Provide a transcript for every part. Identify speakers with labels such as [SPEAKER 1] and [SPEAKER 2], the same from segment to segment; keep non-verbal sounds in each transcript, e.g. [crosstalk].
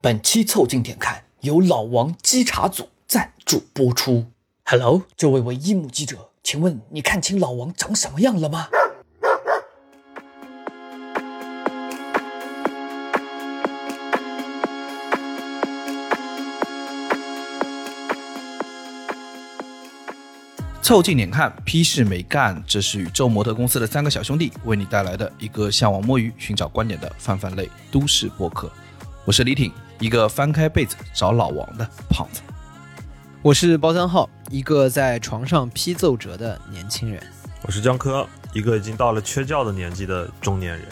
[SPEAKER 1] 本期凑近点看由老王稽查组赞助播出。Hello，这位唯一目击者，请问你看清老王长什么样了吗？
[SPEAKER 2] 凑近点看，批示没干，这是宇宙模特公司的三个小兄弟为你带来的一个向往摸鱼、寻找观点的泛泛类都市播客。我是李挺，一个翻开被子找老王的胖子。
[SPEAKER 3] 我是包三号，一个在床上批奏折的年轻人。
[SPEAKER 4] 我是江科，一个已经到了缺觉的年纪的中年人。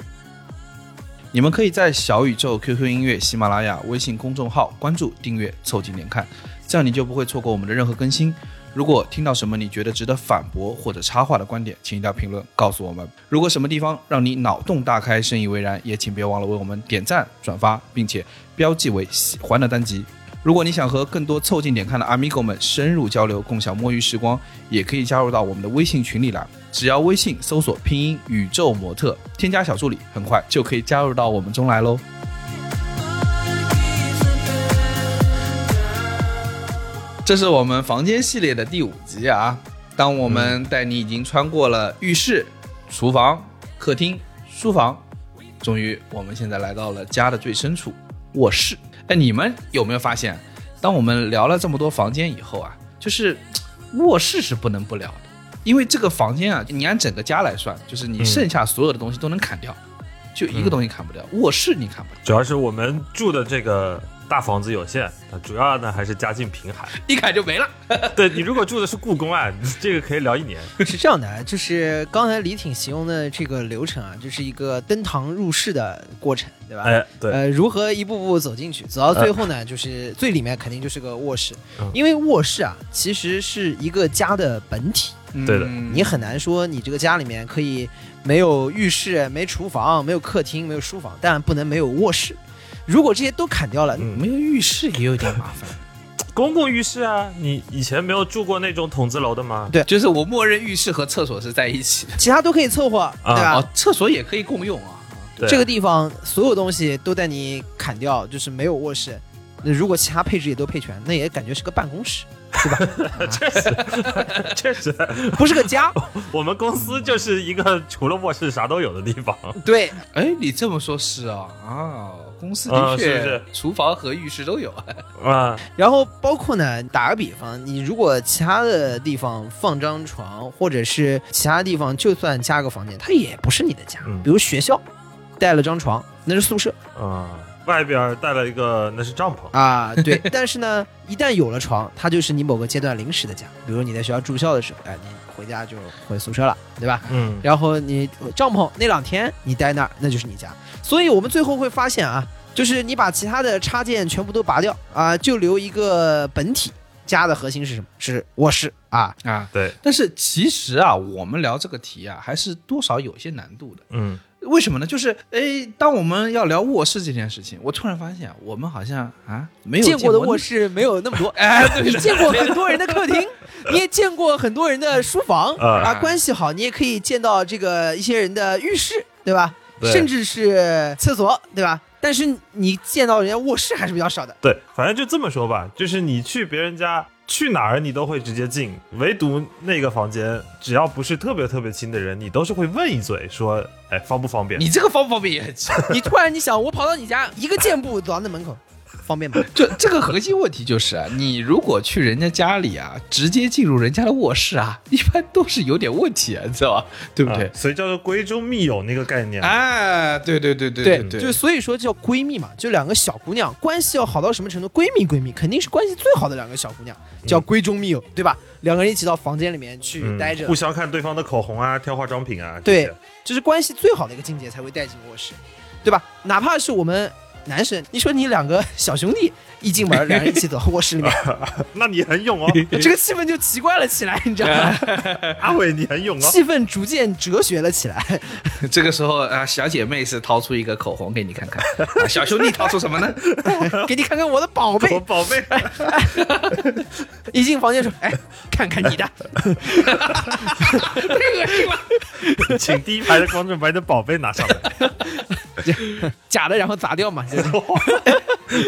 [SPEAKER 2] 你们可以在小宇宙、QQ 音乐、喜马拉雅、微信公众号关注、订阅、凑近点看，这样你就不会错过我们的任何更新。如果听到什么你觉得值得反驳或者插话的观点，请一定要评论告诉我们。如果什么地方让你脑洞大开、深以为然，也请别忘了为我们点赞、转发，并且标记为喜欢的单集。如果你想和更多凑近点看的 Amigo 们深入交流，共享摸鱼时光，也可以加入到我们的微信群里来。只要微信搜索拼音宇宙模特，添加小助理，很快就可以加入到我们中来喽。这是我们房间系列的第五集啊！当我们带你已经穿过了浴室、厨房、客厅、书房，终于我们现在来到了家的最深处——卧室。哎，你们有没有发现，当我们聊了这么多房间以后啊，就是嘖卧室是不能不聊的，因为这个房间啊，你按整个家来算，就是你
[SPEAKER 4] 嗯
[SPEAKER 2] 剩下所有的东西都能砍掉，就一个
[SPEAKER 4] 嗯
[SPEAKER 2] 东西砍不掉，卧室你砍不掉， [laughs]
[SPEAKER 4] 主要是我们住的这个大房子有限，那主要呢还是家境贫寒。
[SPEAKER 2] 一砍就没了。
[SPEAKER 4] 对你如果住的是故宫啊，你这个可以聊一年。
[SPEAKER 3] [laughs] 是这样的啊，就是刚才李挺形容的这个流程啊，就是一个登堂入室的过程，对吧？
[SPEAKER 4] 哎，对，
[SPEAKER 3] 呃，如何一步步走进去，走到最后呢，就是最里面肯定就是个卧室
[SPEAKER 4] 嗯，
[SPEAKER 3] 因为卧室啊，其实是一个家的本体，
[SPEAKER 4] 对的
[SPEAKER 2] 嗯
[SPEAKER 3] 你很难说你这个家里面可以没有浴室、没厨房、没有客厅、没有书房，但不能没有卧室。如果这些都砍掉了，
[SPEAKER 4] 嗯
[SPEAKER 2] 没有浴室也有点麻烦。
[SPEAKER 4] 公共浴室啊，你以前没有住过那种筒子楼的吗？
[SPEAKER 2] [laughs] 就是我默认浴室和厕所是在一起的，
[SPEAKER 3] 其他都可以凑合，对吧？
[SPEAKER 2] 哦，厕所也可以共用啊。
[SPEAKER 4] 对，
[SPEAKER 3] 这个地方所有东西都带你砍掉，就是没有卧室。那如果其他配置也都配全，那也感觉是个办公室， [laughs]
[SPEAKER 4] 确实， [laughs] 确实，
[SPEAKER 3] 不是个
[SPEAKER 4] [laughs]
[SPEAKER 3] 家。
[SPEAKER 4] 我们公司就是一个除了卧室啥都有的地方。
[SPEAKER 3] 对，
[SPEAKER 2] 哎，你这么说是啊啊，公司的
[SPEAKER 4] 啊
[SPEAKER 2] 确、
[SPEAKER 4] 是是
[SPEAKER 2] 厨房和浴室都有啊。
[SPEAKER 4] 啊，
[SPEAKER 3] 然后包括呢，打个比方，你如果其他的地方放张床，或者是其他地方就算加个房间，它也不是你的家。
[SPEAKER 4] 嗯
[SPEAKER 3] 比如学校带了张床，那是宿舍
[SPEAKER 4] 啊，外边带了一个那是帐篷。 [laughs]
[SPEAKER 3] 啊，对。但是呢，一旦有了床，它就是你某个阶段临时的家。比如你在学校住校的时候，哎，你回家就回宿舍了，对吧？
[SPEAKER 4] 嗯，
[SPEAKER 3] 然后你帐篷那两天你待那儿，那就是你家。所以我们最后会发现啊，就是你把其他的插件全部都拔掉啊，就留一个本体。家的核心是什么？是卧室啊。
[SPEAKER 2] 啊
[SPEAKER 4] 对，
[SPEAKER 2] 但是其实啊，我们聊这个题啊，还是多少有些难度的。
[SPEAKER 4] 嗯，
[SPEAKER 2] 为什么呢？就是哎，当我们要聊卧室这件事情，我突然发现我们好像啊没有
[SPEAKER 3] 见
[SPEAKER 2] 过，
[SPEAKER 3] 过的卧，室没有那么多
[SPEAKER 2] [laughs] 哎，对
[SPEAKER 3] 你
[SPEAKER 2] 的，
[SPEAKER 3] 见过很多人的客厅，你也见过很多人的书
[SPEAKER 2] [laughs]
[SPEAKER 3] 房
[SPEAKER 4] 啊
[SPEAKER 3] 啊。关系好，你也可以见到这个一些人的浴室，对吧？
[SPEAKER 4] 对
[SPEAKER 3] 甚至是厕所，对吧？但是你见到人家卧室还是比较少的。
[SPEAKER 4] 对，反正就这么说吧，就是你去别人家去哪儿，你都会直接进，唯独那个房间，只要不是特别特别亲的人，你都是会问一嘴，说，哎，方不方便？
[SPEAKER 2] 你这个方不方便也 [laughs] 很奇怪。
[SPEAKER 3] [laughs] 你突然你想，我跑到你家，一个箭步走到那门 [laughs] 口，方便吗？
[SPEAKER 2] 就这个核心问题就是啊，你如果去人家家里啊，直接进入人家的卧室啊，一般都是有点问题啊，你知道吧？对不对
[SPEAKER 4] 啊？所以叫做闺中密友那个概念。
[SPEAKER 3] 啊
[SPEAKER 2] 哎，对对对对对，
[SPEAKER 3] 就所以说叫闺蜜嘛，就两个小姑娘关系要好到什么程度？闺蜜闺蜜肯定是关系最好的两个小姑娘，叫闺中密友，对吧？两个人一起到房间里面去
[SPEAKER 4] 嗯
[SPEAKER 3] 待着，
[SPEAKER 4] 互相看对方的口红啊，挑化妆品啊，这
[SPEAKER 3] 对
[SPEAKER 4] 些，
[SPEAKER 3] 这是关系最好的一个境界才会带进卧室，对吧？哪怕是我们男生，你说你两个小兄弟一进门，两人一起走到卧室
[SPEAKER 4] [laughs]
[SPEAKER 3] 里面，
[SPEAKER 4] 那你很勇
[SPEAKER 3] [laughs]
[SPEAKER 4] 哦，
[SPEAKER 3] 这个气氛就奇怪了起来，你知道
[SPEAKER 4] [laughs]
[SPEAKER 3] 吗？
[SPEAKER 4] 嗯阿伟你很勇哦。
[SPEAKER 3] 气氛逐渐哲学了起来。 [laughs]
[SPEAKER 2] 这个时候啊，小姐妹是掏出一个口红给你看看，啊小兄弟掏出什么呢？
[SPEAKER 3] 给你看看我的宝
[SPEAKER 4] 我
[SPEAKER 3] 贝。
[SPEAKER 4] 宝
[SPEAKER 3] [laughs]
[SPEAKER 4] 贝，
[SPEAKER 3] 一进房间说：“哎，看看你的。
[SPEAKER 2] 太恶心了！
[SPEAKER 3] [laughs]
[SPEAKER 4] 请第一排的观众把你的宝贝拿上来。
[SPEAKER 3] 假的，然后砸掉嘛，就是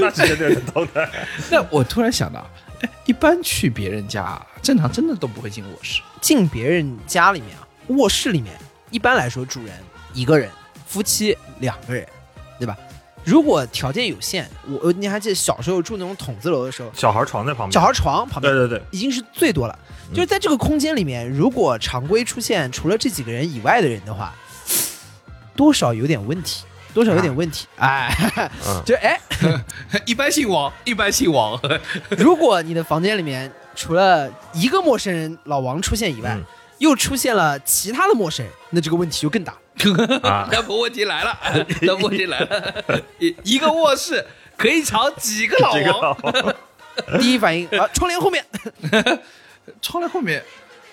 [SPEAKER 4] 那直接就人头的。
[SPEAKER 2] 那我突然想到，哎，一般去别人家，正常真的都不会进卧室。
[SPEAKER 3] 进别人家里面啊，卧室里面一般来说住人一个人，夫妻两个人，对吧？如果条件有限，我呃你还记得小时候住那种筒子楼的时候，
[SPEAKER 4] 小孩床在旁边，
[SPEAKER 3] 小孩床旁
[SPEAKER 4] 嗯对嗯
[SPEAKER 3] 边
[SPEAKER 4] 对对，
[SPEAKER 3] 已经是最多了。就是在这个空间里面，如果常规出现除了这几个人以外的人的话，多少有点问题，多少有点问题。哎，
[SPEAKER 4] 嗯
[SPEAKER 3] 就哎，
[SPEAKER 2] 一般姓王，一般姓王。
[SPEAKER 3] 如果你的房间里面除了一个陌生人老王出现以外，
[SPEAKER 4] 嗯
[SPEAKER 3] 又出现了其他的陌生人，那这个问题就更大了。
[SPEAKER 4] 啊，
[SPEAKER 3] [laughs]
[SPEAKER 2] 那么问题来了，那么问题来了，一一个卧室可以藏几个
[SPEAKER 3] 啊
[SPEAKER 2] 老
[SPEAKER 4] 这个
[SPEAKER 2] 王？
[SPEAKER 3] 第一反应啊，窗帘后面， [laughs]
[SPEAKER 2] 窗帘后面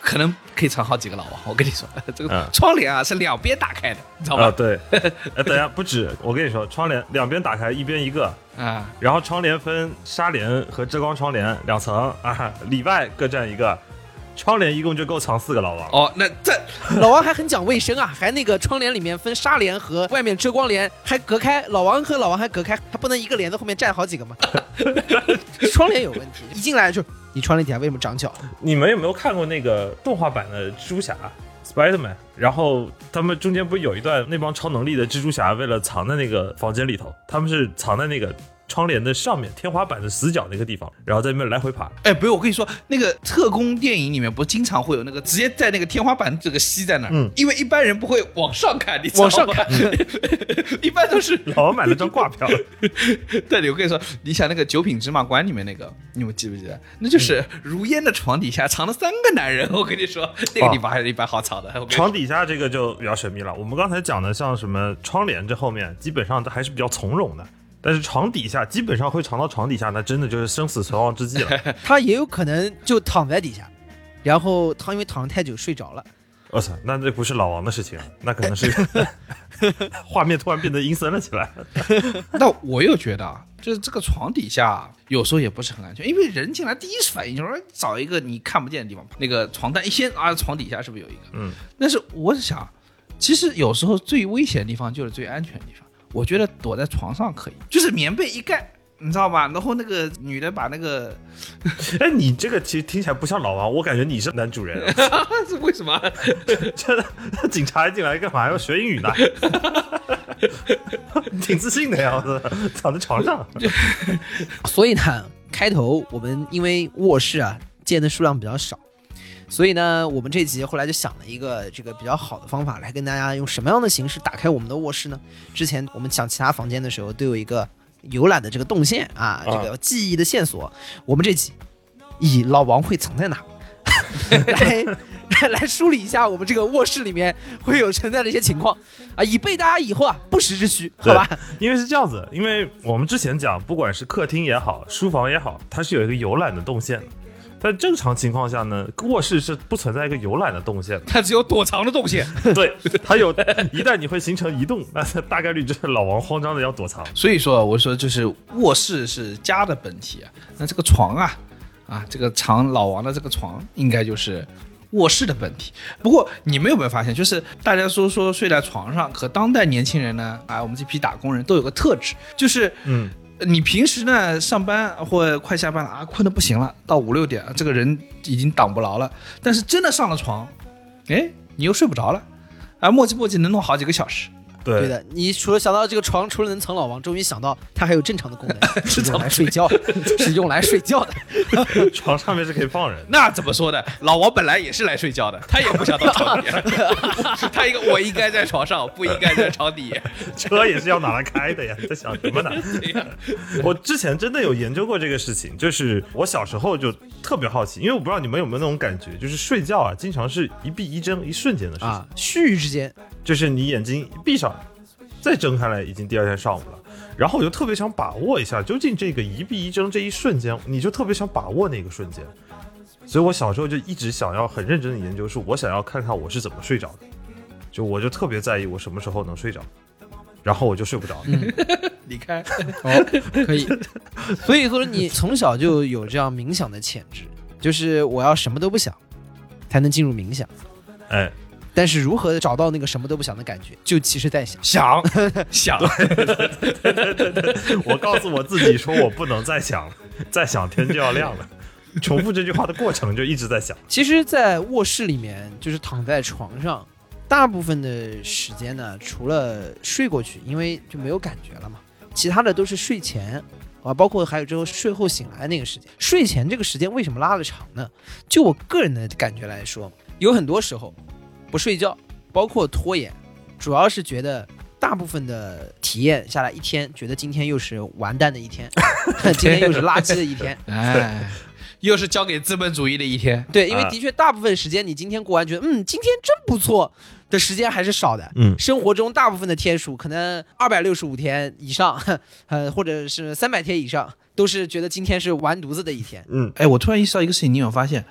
[SPEAKER 2] 可能可以藏好几个老王。我跟你说，这个
[SPEAKER 4] 嗯
[SPEAKER 2] 窗帘啊是两边打开的，你知道吧？
[SPEAKER 4] 啊，对， [laughs] 哎，等一下，不止，我跟你说，窗帘两边打开，一边一个，
[SPEAKER 2] 啊，
[SPEAKER 4] 然后窗帘分纱帘和遮光窗帘两层啊，里外各占一个，窗帘一共就够藏四个老王。
[SPEAKER 2] 哦，那这
[SPEAKER 3] 老王还很讲卫生啊，还那个窗帘里面分纱帘和外面遮光帘还隔开，老王和老王还隔开，他不能一个帘子后面站好几个吗？窗帘有问题， [laughs] 一进来就你窗帘底下为什么长脚？
[SPEAKER 4] 你们有没有看过那个动画版的蜘蛛侠 Spiderman？然后他们中间不是有一段那帮超能力的蜘蛛侠为了藏在那个房间里头，他们是藏在那个窗帘的上面天花板的死角那个地方，然后在那边来回爬。
[SPEAKER 2] 哎，不是，我跟你说，那个特工电影里面不是经常会有那个直接在那个天花板这个吸在那儿，
[SPEAKER 4] 嗯
[SPEAKER 2] 因为一般人不会往上看，你知道吗
[SPEAKER 3] 往上看，
[SPEAKER 2] [laughs] 一般都是
[SPEAKER 4] 老王买了张挂票，
[SPEAKER 2] [laughs] 对的，我跟你说，你想那个《九品芝麻官》里面那个，你们记不记得？那就是如烟的床底下藏了三个男人。我跟你说，那个地方还是一般好藏的。我跟你说
[SPEAKER 4] 床，底下这个就比较神秘了。我们刚才讲的像什么窗帘这后面，基本上都还是比较从容的。但是床底下基本上会藏到床底下，那真的就是生死存亡之际
[SPEAKER 3] [laughs]
[SPEAKER 4] 了。
[SPEAKER 3] 他也有可能就躺在底下，然后他因为躺得太久睡着了。
[SPEAKER 4] 我操，那这不是老王的事情，啊那可能是画面突然变得阴森了起来。
[SPEAKER 2] 但我又觉得啊，就是这个床底下有时候也不是很安全，因为人进来第一反应就是说找一个你看不见的地方，那个床单一掀啊，床底下是不是有一个？
[SPEAKER 4] 嗯，
[SPEAKER 2] 但是我想，其实有时候最危险的地方就是最安全的地方。我觉得躲在床上可以，就是棉被一盖，你知道吧？然后那个女的把那个
[SPEAKER 4] 哎，你这个其实听起来不像老王，我感觉你是男主人。啊
[SPEAKER 2] 是 [laughs] 为什么？
[SPEAKER 4] 这警察进来干嘛？要学英语呢？ [laughs] 挺自信的呀，我操躺在床上。
[SPEAKER 3] 所以呢，开头我们因为卧室啊建的数量比较少，所以呢，我们这集后来就想了一个这个比较好的方法来跟大家用什么样的形式打开我们的卧室呢？之前我们讲其他房间的时候都有一个游览的这个动线啊，这个记忆的线索。我们这集以老王会藏在哪 [laughs] 来来来梳理一下我们这个卧室里面会有存在的一些情况啊，以备大家以后啊不时之需， [laughs] 好
[SPEAKER 4] 对
[SPEAKER 3] 吧？
[SPEAKER 4] 因为是这样子，因为我们之前讲，不管是客厅也好，书房也好，它是有一个游览的动线的。在正常情况下呢，卧室是不存在一个游览的动线的。
[SPEAKER 2] 它只有躲藏的动线。
[SPEAKER 3] [laughs]
[SPEAKER 4] 对，它有，一旦你会形成移动，那大概率就是老王慌张的要躲藏。
[SPEAKER 2] [laughs] 所以说，啊我说就是卧室是家的本体啊，那这个床啊，啊，这个藏老王的这个床应该就是卧室的本体。不过你们有没有发现，就是大家说说睡在床上，可当代年轻人呢，啊，我们这批打工人都有个特质，就是
[SPEAKER 4] 嗯，
[SPEAKER 2] 你平时呢上班或快下班了啊，困得不行了，到五六点，啊这个人已经挡不牢了。但是真的上了床，哎，你又睡不着了，啊，磨叽磨叽能弄好几个小时。
[SPEAKER 4] 对
[SPEAKER 3] 对的，你除了想到这个床，除了能藏老王，终于想到它还有正常的功 [laughs] 能，是用来睡觉，
[SPEAKER 2] [laughs]
[SPEAKER 3] 是用来睡觉的。
[SPEAKER 4] [laughs] 床上面是可以放人的。
[SPEAKER 2] 那怎么说呢？老王本来也是来睡觉的，他也不想到床 [laughs] 底，他一个我应该在床上，不应该在床底。
[SPEAKER 4] 车也是要拿来开的呀，在想什么呢？ [laughs] 我之前真的有研究过这个事情，就是我小时候就特别好奇，因为我不知道你们有没有那种感觉，就是睡觉啊，经常是一闭一睁一瞬间的事情，
[SPEAKER 3] 啊，须臾之间，
[SPEAKER 4] 就是你眼睛一闭上，再睁开来已经第二天上午了。然后我就特别想把握一下，究竟这个一闭一睁这一瞬间，你就特别想把握那个瞬间。所以我小时候就一直想要很认真的研究，是我想要看看我是怎么睡着的，就我就特别在意我什么时候能睡着，然后我就睡不着。
[SPEAKER 2] [laughs] 你看，
[SPEAKER 3] 哦，可以。 [laughs] 所以说，你从小就有这样冥想的潜质，就是我要什么都不想，才能进入冥想。
[SPEAKER 4] 哎，
[SPEAKER 3] 但是如何找到那个什么都不想的感觉，就其实在想。
[SPEAKER 2] [laughs] 想想，
[SPEAKER 4] 我告诉我自己说，我不能再想了，再想天就要亮了。重复这句话的过程就一直在想，
[SPEAKER 3] 其实，在卧室里面，就是躺在床上，大部分的时间呢，除了睡过去，因为就没有感觉了嘛，其他的都是睡前啊，包括还有之后睡后醒来那个时间。睡前这个时间为什么拉的长呢？就我个人的感觉来说，有很多时候不睡觉，包括拖延，主要是觉得。大部分的体验下来，一天觉得今天又是完蛋的一天，今天又是垃圾的一天， [laughs]
[SPEAKER 2] 哎，又是交给资本主义的一天。
[SPEAKER 3] 对，因为
[SPEAKER 4] 啊
[SPEAKER 3] 的确大部分时间你今天过完觉得嗯今天真不错的时间还是少的。
[SPEAKER 4] 嗯
[SPEAKER 3] 生活中大部分的天数，可能二百六十五天以上，呃，或者是三百天以上，都是觉得今天是完犊子的一天。
[SPEAKER 4] 嗯，
[SPEAKER 2] 哎，我突然意识到一个事情，你有没有发现，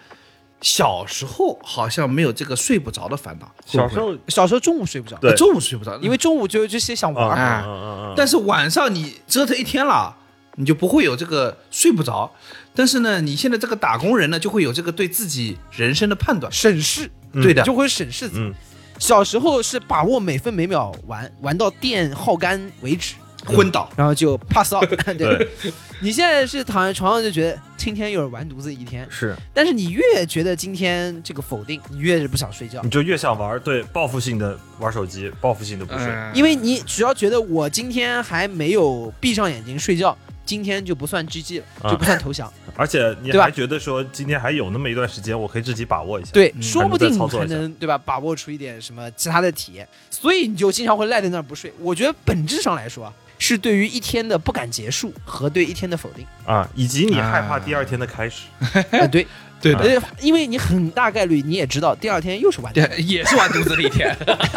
[SPEAKER 2] 小时候好像没有这个睡不着的烦恼，
[SPEAKER 4] 小时
[SPEAKER 2] 会不会
[SPEAKER 4] 候
[SPEAKER 3] 小时候中午睡不着，
[SPEAKER 4] 对
[SPEAKER 2] 中午睡不着，
[SPEAKER 3] 因为中午就就些想玩儿。
[SPEAKER 2] 哎
[SPEAKER 4] 嗯嗯嗯嗯
[SPEAKER 2] 但是晚上你折腾一天了，你就不会有这个睡不着。但是呢，你现在这个打工人呢，就会有这个对自己人生的判断。
[SPEAKER 3] 审视，
[SPEAKER 4] 嗯
[SPEAKER 2] 对的，
[SPEAKER 3] 就会审视自己。
[SPEAKER 4] 嗯
[SPEAKER 3] 小时候是把握每分每秒玩，玩到电耗干为止，
[SPEAKER 2] 昏倒。
[SPEAKER 3] 然后就 pass out 对。
[SPEAKER 4] 对 [laughs]
[SPEAKER 3] 你现在是躺在床上就觉得今天又是完犊子一天，
[SPEAKER 4] 是，
[SPEAKER 3] 但是你越觉得今天这个否定，你越是不想睡觉
[SPEAKER 4] 你，就越想玩，对，报复性的玩手机，报复性的不睡，
[SPEAKER 2] 嗯
[SPEAKER 3] 因为你只要觉得我今天还没有闭上眼睛睡觉，今天就不算 GG 了，
[SPEAKER 4] 啊
[SPEAKER 3] 就不算投降。
[SPEAKER 4] 而且你
[SPEAKER 3] 对吧
[SPEAKER 4] 还觉得说今天还有那么一段时间，我可以自己把握一下。，
[SPEAKER 3] 对，
[SPEAKER 2] 嗯
[SPEAKER 3] 说
[SPEAKER 4] 还能
[SPEAKER 3] 不
[SPEAKER 4] 再
[SPEAKER 3] 定
[SPEAKER 4] 操作
[SPEAKER 3] 还
[SPEAKER 4] 一下
[SPEAKER 3] 能对吧，把握出一点什么其他的体验。所以你就经常会赖在那儿不睡。我觉得本质上来说啊，是对于一天的不敢结束和对一天的否定。
[SPEAKER 4] 啊，以及你害怕第二天的开始，
[SPEAKER 3] 啊，对，
[SPEAKER 2] 对的，
[SPEAKER 3] 呃，因为你很大概率你也知道第二天又是完蛋。
[SPEAKER 2] 对， [laughs] 也是完犊子的一天。 [laughs]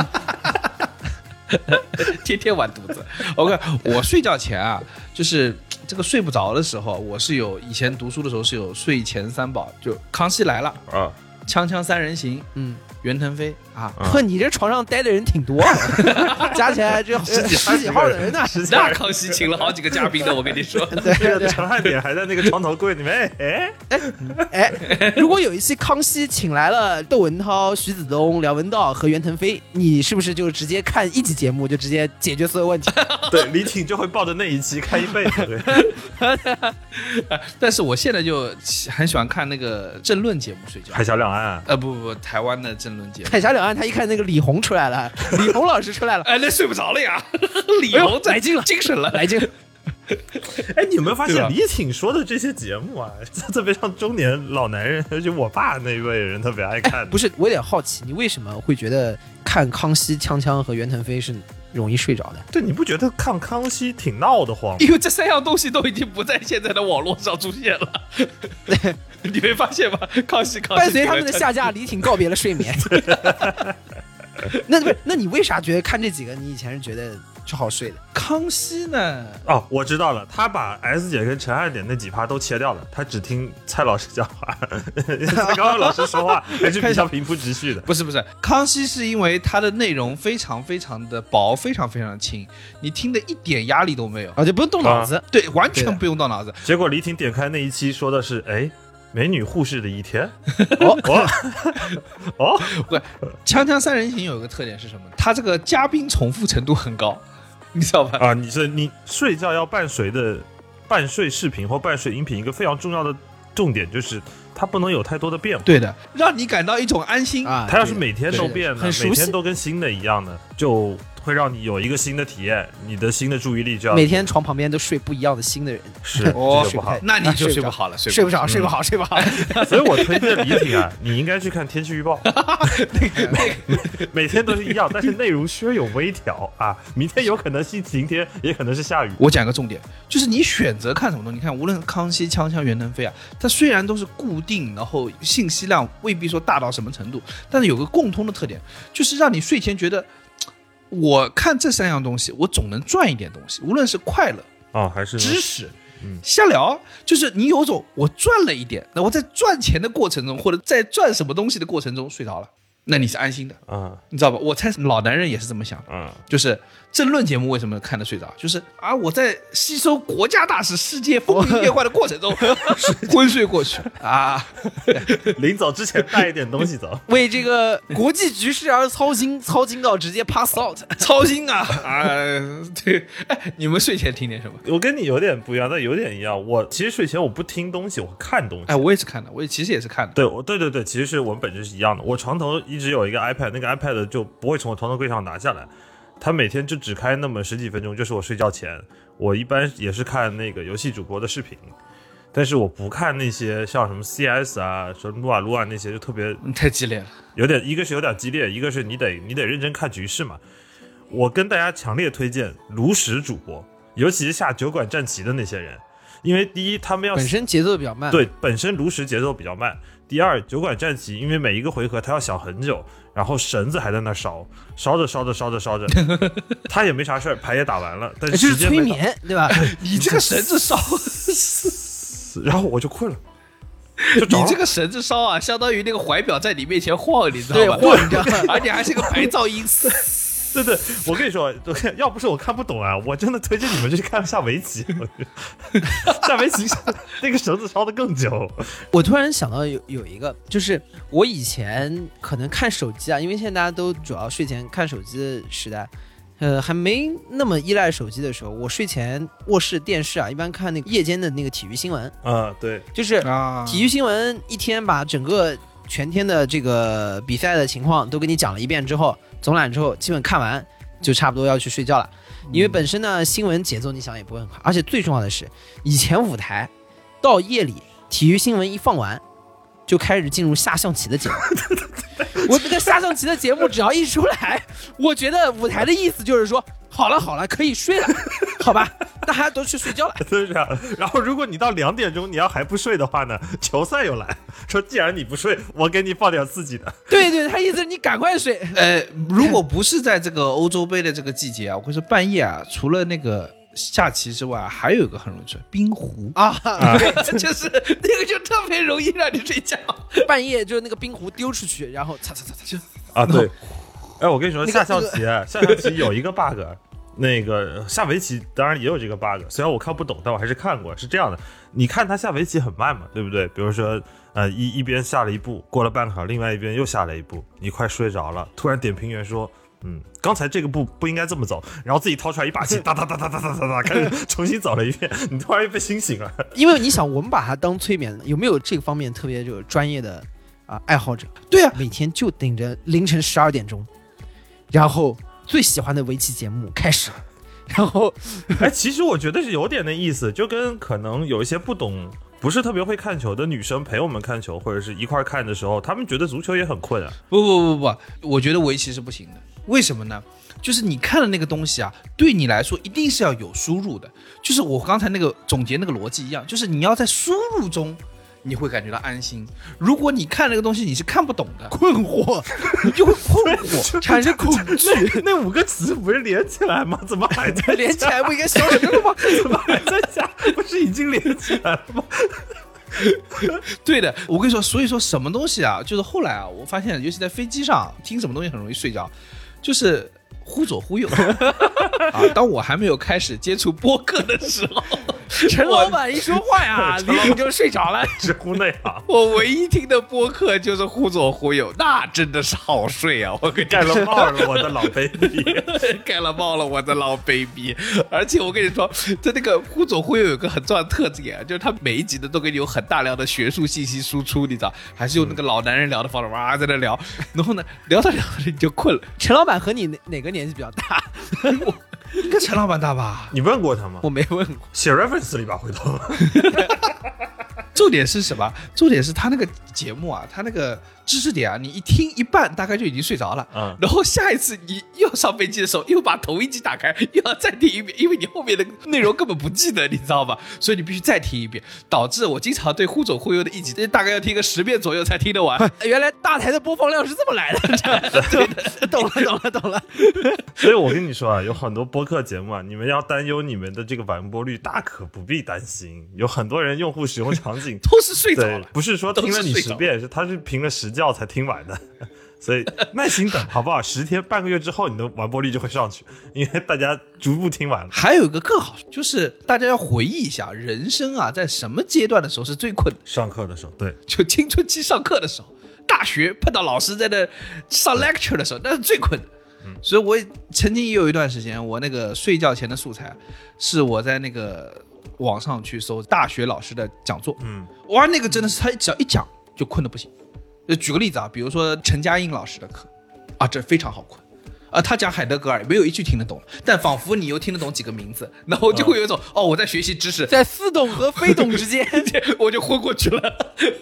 [SPEAKER 2] 天天完犊子。OK，我睡觉前啊，就是这个睡不着的时候，我是有以前读书的时候是有睡前三宝，就《康熙来了
[SPEAKER 4] 啊，》
[SPEAKER 2] 《锵锵三人行》
[SPEAKER 3] 嗯，
[SPEAKER 2] 袁腾飞啊，
[SPEAKER 4] 啊
[SPEAKER 3] [laughs] 呵，你这床上待的人挺多啊， [laughs] 加起来这十
[SPEAKER 4] 几
[SPEAKER 3] 十几号
[SPEAKER 4] [laughs]
[SPEAKER 3] 人呢。
[SPEAKER 4] 十几
[SPEAKER 2] 那 [laughs]
[SPEAKER 4] 人
[SPEAKER 2] 康熙请了好几个嘉宾的，我跟你 [laughs] 说。
[SPEAKER 3] 对对对，
[SPEAKER 4] 陈汉典还在那个床头柜里面，哎
[SPEAKER 3] 哎，如果有一期康熙请来了窦文涛、徐子东、梁文道和袁腾飞，你是不是就直接看一集节目就直接解决所
[SPEAKER 4] [laughs]
[SPEAKER 3] 有问题？
[SPEAKER 4] 哎，对，李挺就会抱着那一期看一辈子，对
[SPEAKER 2] 但是我现在就很喜欢看那个政论节目睡觉。
[SPEAKER 4] 海峡两岸，啊
[SPEAKER 2] 呃，不不不，台湾的政论节目。
[SPEAKER 3] 海峡两岸，他一看那个李红出来了，李红老师出来了，
[SPEAKER 2] 哎，那睡不着了 [laughs] 呀，李
[SPEAKER 3] 哎呦
[SPEAKER 2] 红
[SPEAKER 3] 来劲了
[SPEAKER 2] 精神了，
[SPEAKER 3] 来劲了，
[SPEAKER 4] 哎，你有没有发
[SPEAKER 2] 对吧
[SPEAKER 4] 现李挺说的这些节目啊，特别像中年老男人，尤其我爸那一辈人特别爱看。
[SPEAKER 3] 不是，我有点好奇，你为什么会觉得看康熙、锵锵和袁腾飞是容易睡着的？
[SPEAKER 4] 对，你不觉得看康熙挺闹得慌吗？
[SPEAKER 2] 因为这三样东西都已经不在现在的网络上出现 [laughs] 了，你没发现吗？康熙，
[SPEAKER 4] 啊
[SPEAKER 2] 康熙
[SPEAKER 3] 伴随他们的
[SPEAKER 2] [laughs]
[SPEAKER 3] 下架，李挺告别了睡
[SPEAKER 4] [laughs]
[SPEAKER 3] 眠。 [laughs] 那不是，那你为啥觉得看这几个，你以前是觉得是好睡的？
[SPEAKER 2] 康熙呢？
[SPEAKER 4] 哦，我知道了，他把 S 姐跟陈汉典那几趴都切掉了，他只听蔡老师讲话， [laughs] 蔡高老师说话还是比较平铺直叙的。
[SPEAKER 2] 不是不是，康熙是因为它的内容非常非常的薄，非常非常轻，你听的一点压力都没有，
[SPEAKER 3] 啊，就不用动脑子。
[SPEAKER 2] 对，完
[SPEAKER 3] 对
[SPEAKER 2] 全
[SPEAKER 3] 的
[SPEAKER 2] 不用动脑子。
[SPEAKER 4] 结果李挺点开那一期说的是，哎，美女护士的一天，
[SPEAKER 3] 哦
[SPEAKER 4] 哦哦，
[SPEAKER 2] 不，《锵锵三人行》有一个特点是什么？它这个嘉宾重复程度很高，你知道吧？
[SPEAKER 4] 啊，你这你睡觉要伴随的伴睡视频或伴睡音频，一个非常重要的重点就是它不能有太多的变化。
[SPEAKER 2] 对的，让你感到一种安心。
[SPEAKER 3] 啊，
[SPEAKER 4] 它要是
[SPEAKER 3] 对的
[SPEAKER 4] 每天都变的，
[SPEAKER 3] 很熟悉
[SPEAKER 4] 每天都跟新的一样的，就会让你有一个新的体验，你的新的注意力就要
[SPEAKER 3] 每天床旁边都睡不一样的新的人，
[SPEAKER 4] 是
[SPEAKER 2] 哦
[SPEAKER 4] 这就不好。
[SPEAKER 2] 那你就睡
[SPEAKER 3] 睡不
[SPEAKER 2] 不
[SPEAKER 3] 着
[SPEAKER 2] 好了， [laughs] 睡
[SPEAKER 3] 睡不
[SPEAKER 2] 着。
[SPEAKER 3] 着，睡不好，睡不好。。
[SPEAKER 4] [laughs] 所以我推荐李挺啊， [laughs] 你应该去看天气预报， [laughs] 每天都是一样，但是内容稍有微调啊。明天有可能是晴天，也可能是下雨。
[SPEAKER 2] 我讲一个重点，就是你选择看什么东西。你看，无论康熙、锵锵、袁腾飞啊，它虽然都是固定，然后信息量未必说大到什么程度，但是有个共通的特点，就是让你睡前觉得，嘖我看这三样东西，我总能赚一点东西，无论是快乐、
[SPEAKER 4] 啊，还是
[SPEAKER 2] 知识。
[SPEAKER 4] 嗯
[SPEAKER 2] 瞎聊，就是你有种我赚了一点，那我在赚钱的过程中，或者在赚什么东西的过程中睡着了，那你是安心的，
[SPEAKER 4] 嗯
[SPEAKER 2] 你知道吧？我猜老男人也是这么想的。
[SPEAKER 4] 嗯，
[SPEAKER 2] 就是政论节目为什么看得睡着？就是啊，我在吸收国家大事、世界风云变幻的过程中 [laughs] 昏睡过去啊。
[SPEAKER 4] [laughs] 临走之前带一点东西走
[SPEAKER 3] [laughs] 为这个国际局势而操心，操心到直接 pass out。
[SPEAKER 2] 操心啊啊！对，哎，你们睡前听点什么？
[SPEAKER 4] [laughs] 我跟你有点不一样，但有点一样。我其实睡前我不听东西，我看东西。
[SPEAKER 2] 哎，我也是看的，我也其实也是看的。
[SPEAKER 4] 对，我对对对，其实是我们本质是一样的。我床头一直有一个 iPad，那个 iPad 就不会从我床头柜上拿下来，它每天就只开那么十几分钟，就是我睡觉前。我一般也是看那个游戏主播的视频，但是我不看那些像什么 CS 啊、什么撸啊撸啊那些，就特别
[SPEAKER 2] 嗯太激烈了，
[SPEAKER 4] 有点，一个是有点激烈，一个是你得你得认真看局势嘛。我跟大家强烈推荐炉石主播，尤其是下酒馆战旗的那些人，因为第一他们要
[SPEAKER 3] 本身节奏比较慢，，
[SPEAKER 4] 对，本身炉石节奏比较慢。第二，酒馆战旗，因为每一个回合他要想很久，然后绳子还在那烧，烧着烧着烧着烧着，他也没啥事儿，牌也打完了，但
[SPEAKER 3] 哎就是
[SPEAKER 4] 时
[SPEAKER 3] 是
[SPEAKER 4] 间
[SPEAKER 3] 催
[SPEAKER 4] 没到，
[SPEAKER 3] 眠，对吧？ [laughs]
[SPEAKER 2] 你这个绳子 [laughs] 烧，
[SPEAKER 4] 然后我就困了，就着
[SPEAKER 2] 你
[SPEAKER 4] 了。
[SPEAKER 2] 这个绳子烧啊，相当于那个怀表在你面前晃，你知道
[SPEAKER 3] 对
[SPEAKER 2] 吧？
[SPEAKER 3] 晃你知道吗
[SPEAKER 2] [laughs] 而且还是个白噪音。
[SPEAKER 4] 对对，我跟你说，要不是我看不懂啊，我真的推荐你们去看下围棋， [laughs] 我觉得下围棋是那个绳子烧的更久。
[SPEAKER 3] 我突然想到有有一个，就是我以前可能看手机啊，因为现在大家都主要睡前看手机的时代，呃，还没那么依赖手机的时候，我睡前卧室电视啊，一般看那个夜间的那个体育新闻，
[SPEAKER 4] 啊，对，
[SPEAKER 3] 就是
[SPEAKER 2] [laughs] 啊 [laughs]
[SPEAKER 3] 体育新闻一天把整个全天的这个比赛的情况都给你讲了一遍之后，总览之后，基本看完就差不多要去睡觉了。因为本身呢，新闻节奏你想也不会很快，而且最重要的是，以前舞台到夜里体育新闻一放完，就开始进入下象棋的节目。我这个下象棋的节目只要一出来，我觉得舞台的意思就是说，好了好了，可以睡了，好吧，大家都去睡觉了。
[SPEAKER 4] [laughs] 就是这样。然后，如果你到两点钟你要还不睡的话呢，球赛又来说，既然你不睡，我给你放点刺激的。
[SPEAKER 3] 对对，他意思是你赶快睡。
[SPEAKER 2] 呃，如果不是在这个欧洲杯的这个季节啊，或者是半夜啊，除了那个下棋之外，还有一个很容易睡冰壶。 [laughs]
[SPEAKER 3] 啊，
[SPEAKER 2] 就是那个就特别容易让你睡觉。
[SPEAKER 3] [laughs] 半夜就是那个冰壶丢出去，然后擦擦擦擦，就
[SPEAKER 4] 啊，对。哎，我跟你说，
[SPEAKER 3] 那个
[SPEAKER 4] 下象棋，哎下象棋有一个 bug，那个下围棋当然也有这个 bug，虽然我看不懂，但我还是看过。是这样的，你看他下围棋很慢嘛，对不对？比如说，呃，一一边下了一步，过了半个小时，另外一边又下了一步，你快睡着了，突然点评员说。嗯，刚才这个步不应该这么走，然后自己掏出来一把剑，哒哒哒哒哒哒哒哒，开始 [laughs] 重新走了一遍，你突然又被惊醒了。
[SPEAKER 3] 因为你想，我们把它当催眠，有没有这个方面特别就是专业的啊、爱好者？
[SPEAKER 2] 对啊，
[SPEAKER 3] 每天就等着凌晨十二点钟，然后最喜欢的围棋节目开始，然后
[SPEAKER 4] 哎，其实我觉得是有点那意思，就跟可能有一些不懂、不是特别会看球的女生陪我们看球，或者是一块儿看的时候，他们觉得足球也很困啊。
[SPEAKER 2] 不不不不，我觉得围棋是不行的。为什么呢？就是你看的那个东西啊，对你来说一定是要有输入的。就是我刚才那个总结那个逻辑一样，就是你要在输入中。你会感觉到安心。如果你看那个东西，你是看不懂的，
[SPEAKER 3] 困惑，你就会困惑，产生 [laughs] 恐惧。
[SPEAKER 4] 那五个词不是连起来吗？怎么还在
[SPEAKER 3] 连起来不应该消失了吗？
[SPEAKER 4] 怎么还在加？ [laughs] 不是已经连起来了吗？
[SPEAKER 2] [laughs] 对的，我跟你说，所以说什么东西啊，就是后来啊，我发现，尤其在飞机上听什么东西很容易睡着，就是忽左忽右
[SPEAKER 3] [laughs]
[SPEAKER 2] 啊。当我还没有开始接触播客的时候，
[SPEAKER 3] [laughs] 陈老板一说
[SPEAKER 2] [laughs]
[SPEAKER 3] 话呀，李颖就睡着了。
[SPEAKER 4] 直呼内行，
[SPEAKER 2] 我唯一听的播客就是忽左忽右，那真的是好睡啊！我跟你
[SPEAKER 4] 盖了
[SPEAKER 2] 说，
[SPEAKER 4] 帽了，我的老 baby。
[SPEAKER 2] [laughs] 盖了帽了，我的老 baby。而且我跟你说，在那个忽左忽右有个很重要的特点，啊就是他每一集的都给你有很大量的学术信息输出，你知道，还是用那个老男人聊的方式，哇，在那聊，然后呢，聊着聊着你就困了。 [laughs]
[SPEAKER 3] 陈老板和你哪哪个年纪比较大？
[SPEAKER 2] 应该陈老板大吧？
[SPEAKER 4] [laughs] 你问过他吗
[SPEAKER 3] 我？没问过。
[SPEAKER 4] 写 reference 里吧，回头。 [laughs]
[SPEAKER 2] 重点是什么？重点是他那个节目啊，他那个知识点啊，你一听一半大概就已经睡着了。
[SPEAKER 4] 嗯
[SPEAKER 2] 然后下一次你又上飞机的时候，又把同一集打开，又要再听一遍，因为你后面的内容根本不记得，你知道吧？所以你必须再听一遍，导致我经常对忽左忽右的一集，大概要听个十遍左右才听得完。
[SPEAKER 3] [laughs]
[SPEAKER 4] 哎
[SPEAKER 3] 原来大台的播放量是这么来的， [laughs] 对的，懂了，懂了，懂了。
[SPEAKER 4] 所以我跟你说啊，有很多播客节目啊，你们要担忧你们的这个完播率，大可不必担心。有很多人用户使用场景情。
[SPEAKER 2] 都是睡着
[SPEAKER 4] 对
[SPEAKER 2] 了，。 [laughs]
[SPEAKER 4] 不是说
[SPEAKER 2] 都是
[SPEAKER 4] 听了你
[SPEAKER 2] 睡
[SPEAKER 4] 十
[SPEAKER 2] 着
[SPEAKER 4] 遍，是他是凭了实教才听完的，
[SPEAKER 2] [laughs]
[SPEAKER 4] 所以耐心等好不好？十天半个月之后，你的完播率就会上去，因为大家逐步听完了。
[SPEAKER 2] 还有一个更好，就是大家要回忆一下人生啊，在什么阶段的时候是最困难的？
[SPEAKER 4] 上课的时候，对，
[SPEAKER 2] 就青春期上课的时候，大学碰到老师在那上 lecture 的时候，那是最困难。所以我也曾经也有一段时间，我那个睡觉前的素材是我在那个网上去搜大学老师的讲座，
[SPEAKER 4] 嗯，
[SPEAKER 2] 哇，那个真的是他只要一讲就困得不行。就举个例子啊，比如说陈嘉映老师的课，啊，这非常好困。啊，他讲海德格尔没有一句听得懂，但仿佛你又听得懂几个名字，然后就会有一种、哦，我在学习知识，
[SPEAKER 3] [laughs] 在似懂和非懂之 [laughs] 间，
[SPEAKER 2] [laughs] 我就昏过去了。 [laughs]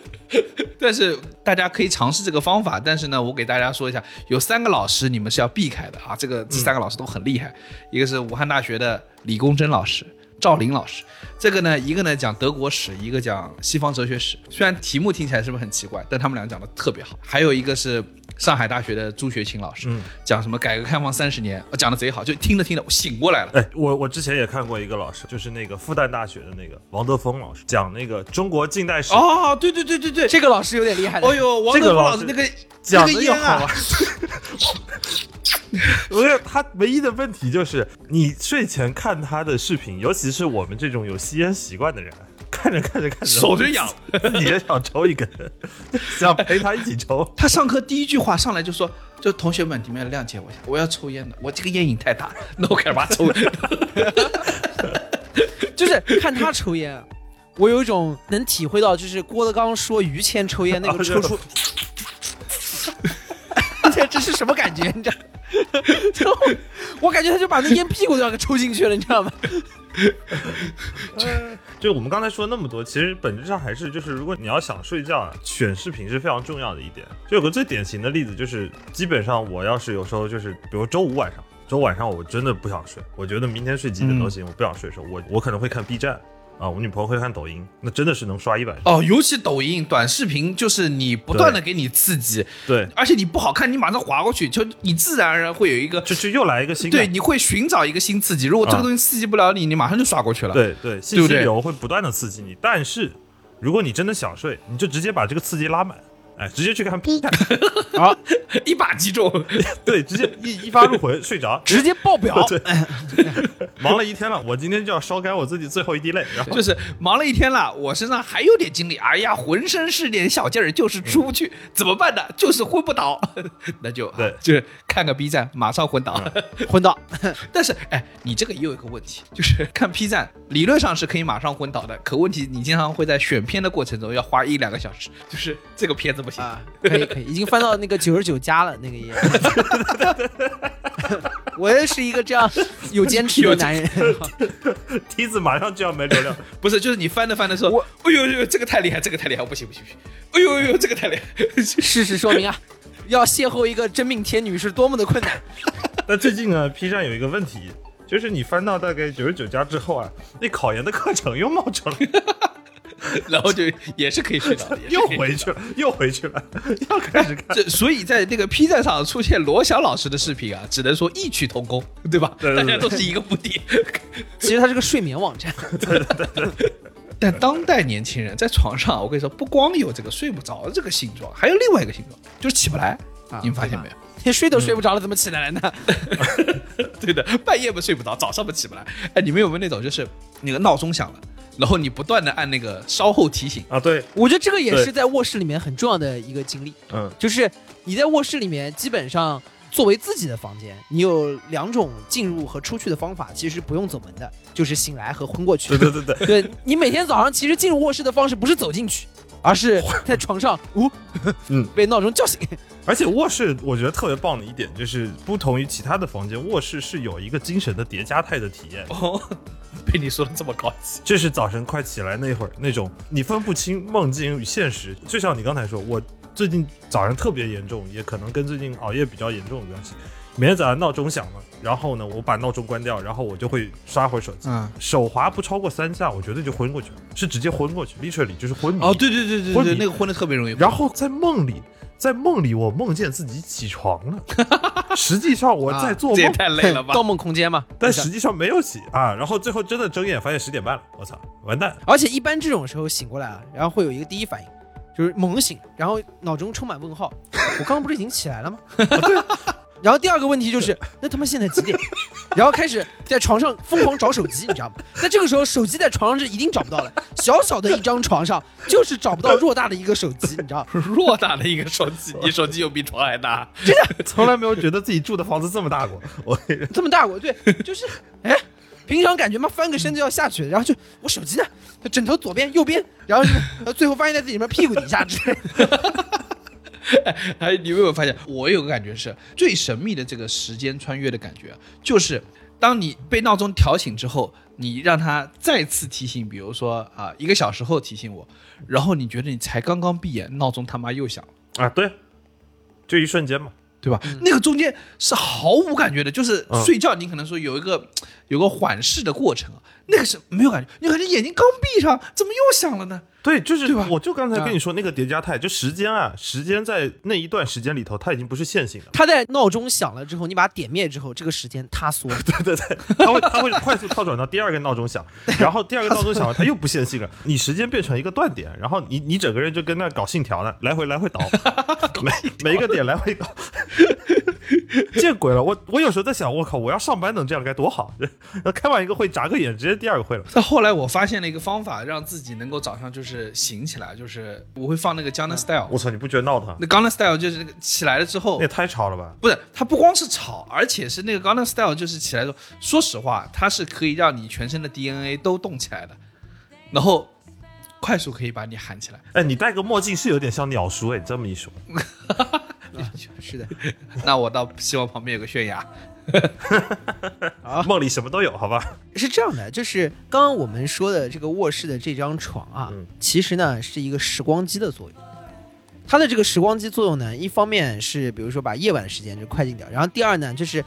[SPEAKER 2] 但是大家可以尝试这个方法，但是呢，我给大家说一下，有三个老师你们是要避开的啊。这个这三个老师都很厉害，一个是武汉大学的李公真老师。赵林老师，这个呢，一个呢讲德国史，一个讲西方哲学史。虽然题目听起来是不是很奇怪，但他们俩讲的特别好。还有一个是上海大学的朱学勤老师，
[SPEAKER 4] 嗯
[SPEAKER 2] 讲什么改革开放三十年，呃讲的贼好，就听着听着我醒过来了。
[SPEAKER 4] 哎，我我之前也看过一个老师，就是那个复旦大学的那个王德峰老师，讲那个中国近代史，
[SPEAKER 2] 哦，对对对对对，
[SPEAKER 3] 这个老师有点厉害的
[SPEAKER 2] 哦。呦，王
[SPEAKER 4] 呃这个
[SPEAKER 2] 德峰
[SPEAKER 4] 老
[SPEAKER 2] 老师
[SPEAKER 4] 师
[SPEAKER 2] 那个
[SPEAKER 4] 讲
[SPEAKER 2] 那
[SPEAKER 4] 的
[SPEAKER 2] 个
[SPEAKER 4] 又
[SPEAKER 2] 烟
[SPEAKER 4] 好
[SPEAKER 2] 啊
[SPEAKER 4] [laughs] 玩，。不是他唯一的问题就是，你睡前看他的视频，尤其是我们这种有吸烟习惯的人，看着看着看着，
[SPEAKER 2] 手就痒。
[SPEAKER 4] 自己也想抽一根，想陪他一起 [laughs] 抽。
[SPEAKER 2] 他上课第一句话上来就说：“就同学们，你们要谅解我一下，我要抽烟的，我这个烟瘾太大， [laughs] 那我开始把它抽。
[SPEAKER 3] 就是看他抽烟啊，我有一种能体会到，就是郭德纲说于谦抽烟那个抽 [laughs]
[SPEAKER 4] [laughs]
[SPEAKER 3] 出，这这是什么感觉？你知道？就我感觉他就把那烟屁股都要给抽进去了，你知 [laughs] 道吗？
[SPEAKER 4] 就我们刚才说那么多，其实本质上还是就是，如果你要想睡觉，啊，选视频是非常重要的一点。就有个最典型的例子，就是基本上我要是有时候就是，比如周五晚上，周五晚上我真的不想睡，我觉得明天睡几点都行，我不想睡的时候，我我可能会看 B 站啊，我女朋友会看抖音，那真的是能刷一晚上”。
[SPEAKER 2] 哦，尤其抖音短视频，就是你不断的给你刺激，
[SPEAKER 4] 对，
[SPEAKER 2] 而且你不好看，你马上划过去，就你自然而然会有一个，
[SPEAKER 4] 就就又来一个新的。
[SPEAKER 2] 对，你会寻找一个新刺激。如果这
[SPEAKER 4] 啊
[SPEAKER 2] 个东西刺激不了你，你马上就刷过去了。，
[SPEAKER 4] 对对，信
[SPEAKER 2] 不
[SPEAKER 4] 息
[SPEAKER 2] 对
[SPEAKER 4] 流会不断的刺激你，但是如果你真的想睡，你就直接把这个刺激拉满，哎，直接去看 B 站，
[SPEAKER 2] 一把击中。
[SPEAKER 4] [laughs]
[SPEAKER 2] [laughs]
[SPEAKER 4] 对，直接一一发入魂睡着。
[SPEAKER 3] 直接爆表。
[SPEAKER 4] [laughs] 忙了一天了，我今天就要烧干我自己最后一滴泪。然后
[SPEAKER 2] 就是忙了一天了，我身上还有点精力，哎呀，浑身是点小劲儿，就是出不去，怎么办呢？就是昏不倒， [laughs] 那就
[SPEAKER 4] 嗯对
[SPEAKER 2] [laughs]
[SPEAKER 4] 嗯
[SPEAKER 2] 就是看个 B 站，马上昏倒。
[SPEAKER 3] 昏倒，
[SPEAKER 2] 但是，哎，你这个也有一个问题，就是 [laughs] 看 B 站理论上是可以马上昏倒的，可问题你经常会在选片的过程中要花一两个小时，就是这个片子不行。
[SPEAKER 3] 啊，可以可以，已经翻到那个九十九加了那个烟。 [laughs] 我也是一个这样有坚持的男人，
[SPEAKER 4] [laughs] 梯子马上就要没流量，
[SPEAKER 2] 不是，就是你翻着翻着说，
[SPEAKER 3] 我
[SPEAKER 2] 哎呦呦，这个太厉害，这个太厉害，不行不行不行，哎呦呦，这个太厉害，
[SPEAKER 3] 事实说明啊，要邂逅一个真命天女是多么的困难。
[SPEAKER 4] 那最近呢，P 站有一个问题，就是你翻到大概九十九家之后啊，那考研的课程又冒出来，
[SPEAKER 2] [laughs] 然后就也是可以睡着的，也是
[SPEAKER 4] [laughs] 又
[SPEAKER 2] 可以
[SPEAKER 4] 回去了，又回去了，又开始看。
[SPEAKER 2] 这所以在那个 P 站上出现罗翔老师的视频啊，只能说异曲同工，对吧？
[SPEAKER 4] 对对对
[SPEAKER 2] 大家都是一个目的。
[SPEAKER 3] 其实它是个睡眠网 [laughs] 站，
[SPEAKER 2] 但当代年轻人在床上，我跟你说，不光有这个睡不着这个性状，还有另外一个性状，就是起不来。
[SPEAKER 3] 啊
[SPEAKER 2] 你们发现没有？ [laughs]
[SPEAKER 3] 你睡都睡不着了，怎么起得来呢？
[SPEAKER 2] 对的，半夜不睡不着，早上不起不来。哎，你们有没有那种就是那个闹钟响了，然后你不断的按那个稍后提醒？
[SPEAKER 4] 啊，对，
[SPEAKER 3] 我觉得这个也
[SPEAKER 4] 对
[SPEAKER 3] 是在卧室里面很重要的一个经历，
[SPEAKER 4] 嗯，
[SPEAKER 3] 就是你在卧室里面基本上作为自己的房间，你有两种进入和出去的方法，其实不用走门的，就是醒来和昏过去。
[SPEAKER 4] 对对对对，
[SPEAKER 3] 对你每天早上其实进入卧室的方式不是走进去，而是在
[SPEAKER 2] [laughs]
[SPEAKER 3] 床上，呜、
[SPEAKER 4] 嗯
[SPEAKER 3] [laughs] 被闹钟叫醒。
[SPEAKER 4] 而且卧室我觉得特别棒的一点就是，不同于其他的房间，卧室是有一个精神的叠加态的体验。
[SPEAKER 2] 哦，被你说的这么高级，
[SPEAKER 4] 这是早晨快起来那会儿那种你分不清梦境与现实，就像你刚才说，我最近早上特别严重，也可能跟最近熬夜比较严重有关系。每天早上闹钟响了，然后呢，我把闹钟关掉，然后我就会刷会儿手机，
[SPEAKER 2] 嗯，
[SPEAKER 4] 手滑不超过三下，我绝对就昏过去了，是直接昏过去，literally 就是昏迷。
[SPEAKER 2] 哦，对对对对
[SPEAKER 4] 昏
[SPEAKER 2] 对，
[SPEAKER 4] 迷
[SPEAKER 2] 那个昏的特别容易。
[SPEAKER 4] 然后在梦里，在梦里我梦见自己起床了， [laughs] 实际上我在做
[SPEAKER 2] 这也
[SPEAKER 4] 梦，
[SPEAKER 2] 太累了吧
[SPEAKER 3] 盗！梦空间嘛。
[SPEAKER 4] 但
[SPEAKER 3] 是
[SPEAKER 4] 实际上没有起啊。然后最后真的睁眼发现十点半了，我操，完蛋！
[SPEAKER 3] 而且一般这种时候醒过来了，然后会有一个第一反应，就是猛醒，然后脑中充满问号。我刚刚不是已经起来了吗？哦然后第二个问题就是，那他妈现在几点？然后开始在床上疯狂找手机，你知道吗？那这个时候手机在床上是一定找不到的，小小的一张床上就是找不到偌大的一个手机，你知道吗？
[SPEAKER 2] [laughs] 偌大的一个手机，你手机有比床还大，
[SPEAKER 4] [laughs] 从来没有觉得自己住的房子这么大过。 [laughs] 我
[SPEAKER 3] 这么大我对，就是哎，平常感觉嘛翻个身就要下去，然后就我手机呢，就枕头左边右边，然后就然后最后发现在自己什么屁股底下之类的。，
[SPEAKER 2] [laughs] 哎，你有没有发现？我有个感觉是最神秘的这个时间穿越的感觉，就是当你被闹钟调醒之后，你让它再次提醒，比如说啊、一个小时后提醒我，然后你觉得你才刚刚闭眼，闹钟他妈又响了。
[SPEAKER 4] 啊，对，就一瞬间嘛。
[SPEAKER 2] 对吧？那个中间是毫无感觉的，就是
[SPEAKER 4] 嗯
[SPEAKER 2] 睡觉，你可能说有一个有个缓释的过程，那个是没有感觉，你可能眼睛刚闭上，怎么又响了呢？
[SPEAKER 4] 对，啊就是
[SPEAKER 2] 对吧
[SPEAKER 4] 我就刚才跟你说那个叠加态，就时间啊，时间在那一段时间里头，它已经不是线性的
[SPEAKER 3] 它在闹钟响了之后，你把它点灭之后，这个时间塌缩。
[SPEAKER 4] 对对对，它会它会快速跳转到第二个闹钟响，然后第二个闹钟响了，哎它又不线性了，你时间变成一个断点，然后你你整个人就跟那搞信条呢，来回来回 [laughs] 倒，每每一个点来回倒，见鬼了！我我有时候在想，我靠，我要上班能这样该多好，开完一个会眨个眼，直接第二个会了。
[SPEAKER 2] 但后来我发现了一个方法，让自己能够早上就是醒起来，就是我会放那个 Gangnam Style，、
[SPEAKER 4] 我操，你不觉得闹腾？
[SPEAKER 2] 那 Gangnam Style 就是那个起来了之后
[SPEAKER 4] 那也，太吵了吧！
[SPEAKER 2] 不是它不光是吵，而且是那个 Gangnam Style 就是起来之后，说实话，它是可以让你全身的 DNA 都动起来的，然后快速可以把你喊起来。
[SPEAKER 4] 哎，你戴个墨镜是有点像鸟叔哎，你这么一说，
[SPEAKER 3] 啊是的，
[SPEAKER 2] 那我倒希望旁边有个悬崖。。
[SPEAKER 4] 梦里什么都有，好吧？
[SPEAKER 3] 是这样的，就是刚刚我们说的这个卧室的这张床啊，
[SPEAKER 4] 嗯
[SPEAKER 3] 其实呢是一个时光机的作用。它的这个时光机作用呢，一方面是比如说把夜晚的时间就快进掉，然后第二呢就是，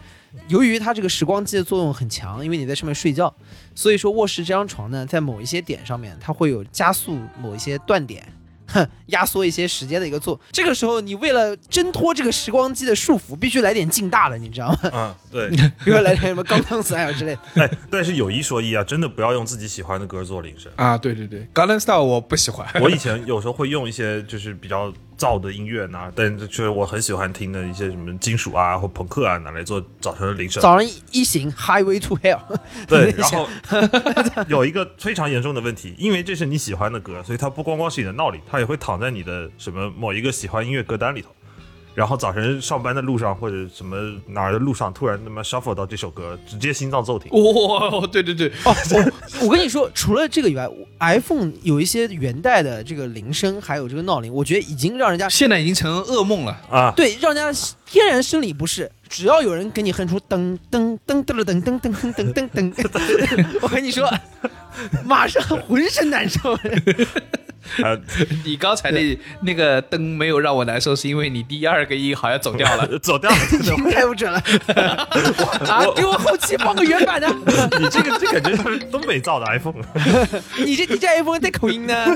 [SPEAKER 3] 由于它这个时光机的作用很强，因为你在上面睡觉，所以说卧室这张床呢，在某一些点上面，它会有加速某一些断点，哼，压缩一些时间的一个作用。这个时候，你为了挣脱这个时光机的束缚，必须来点劲大的，你知道吗？
[SPEAKER 4] [laughs]
[SPEAKER 3] [laughs]
[SPEAKER 4] 嗯，对。
[SPEAKER 3] 比如说来点什么钢弹 style 之类的。
[SPEAKER 4] [laughs] 哎，但是有一说一啊，真的不要用自己喜欢的歌做铃声
[SPEAKER 2] 啊，对对对 g a l a n Style 我不喜欢。
[SPEAKER 4] 我以前有时候会用一些就是比较燥的音乐呐，但就是我很喜欢听的一些什么金属啊或朋克啊，拿来做早晨的铃声。
[SPEAKER 3] 早上一一醒，Highway to Hell，
[SPEAKER 4] 对，然后 [laughs] 有一个非常严重的问题，因为这是你喜欢的歌，所以它不光光是你的闹铃，它也会躺在你的什么某一个喜欢音乐歌单里头。然后早晨上班的路上或者什么哪儿的路上，突然他妈 shuffle 到这首歌，直接心脏骤停。
[SPEAKER 2] 哦，对对对，
[SPEAKER 3] 哦，我我跟你说，除了这个以外我，iPhone 有一些元代的这个铃声，还有这个闹铃，我觉得已经让人家
[SPEAKER 2] 现在已经成噩梦了。
[SPEAKER 4] 啊，
[SPEAKER 3] 对让人家天然生理不适。只要有人给你哼出噔噔噔噔噔噔噔噔噔噔噔，我跟你说，马上浑身难受。
[SPEAKER 4] 啊，
[SPEAKER 2] 你刚才那那个灯没有让我难受，是因为你第二个音好像走 [laughs]
[SPEAKER 4] [laughs]
[SPEAKER 2] 掉了。
[SPEAKER 4] 呃走掉了，真的
[SPEAKER 3] 太不准了啊！给我后期放个原版的，
[SPEAKER 4] [laughs] 你这个这感觉就是东北造的 iPhone，
[SPEAKER 3] [laughs] 你这你这 iPhone 带口
[SPEAKER 4] [laughs]
[SPEAKER 3] 音呢？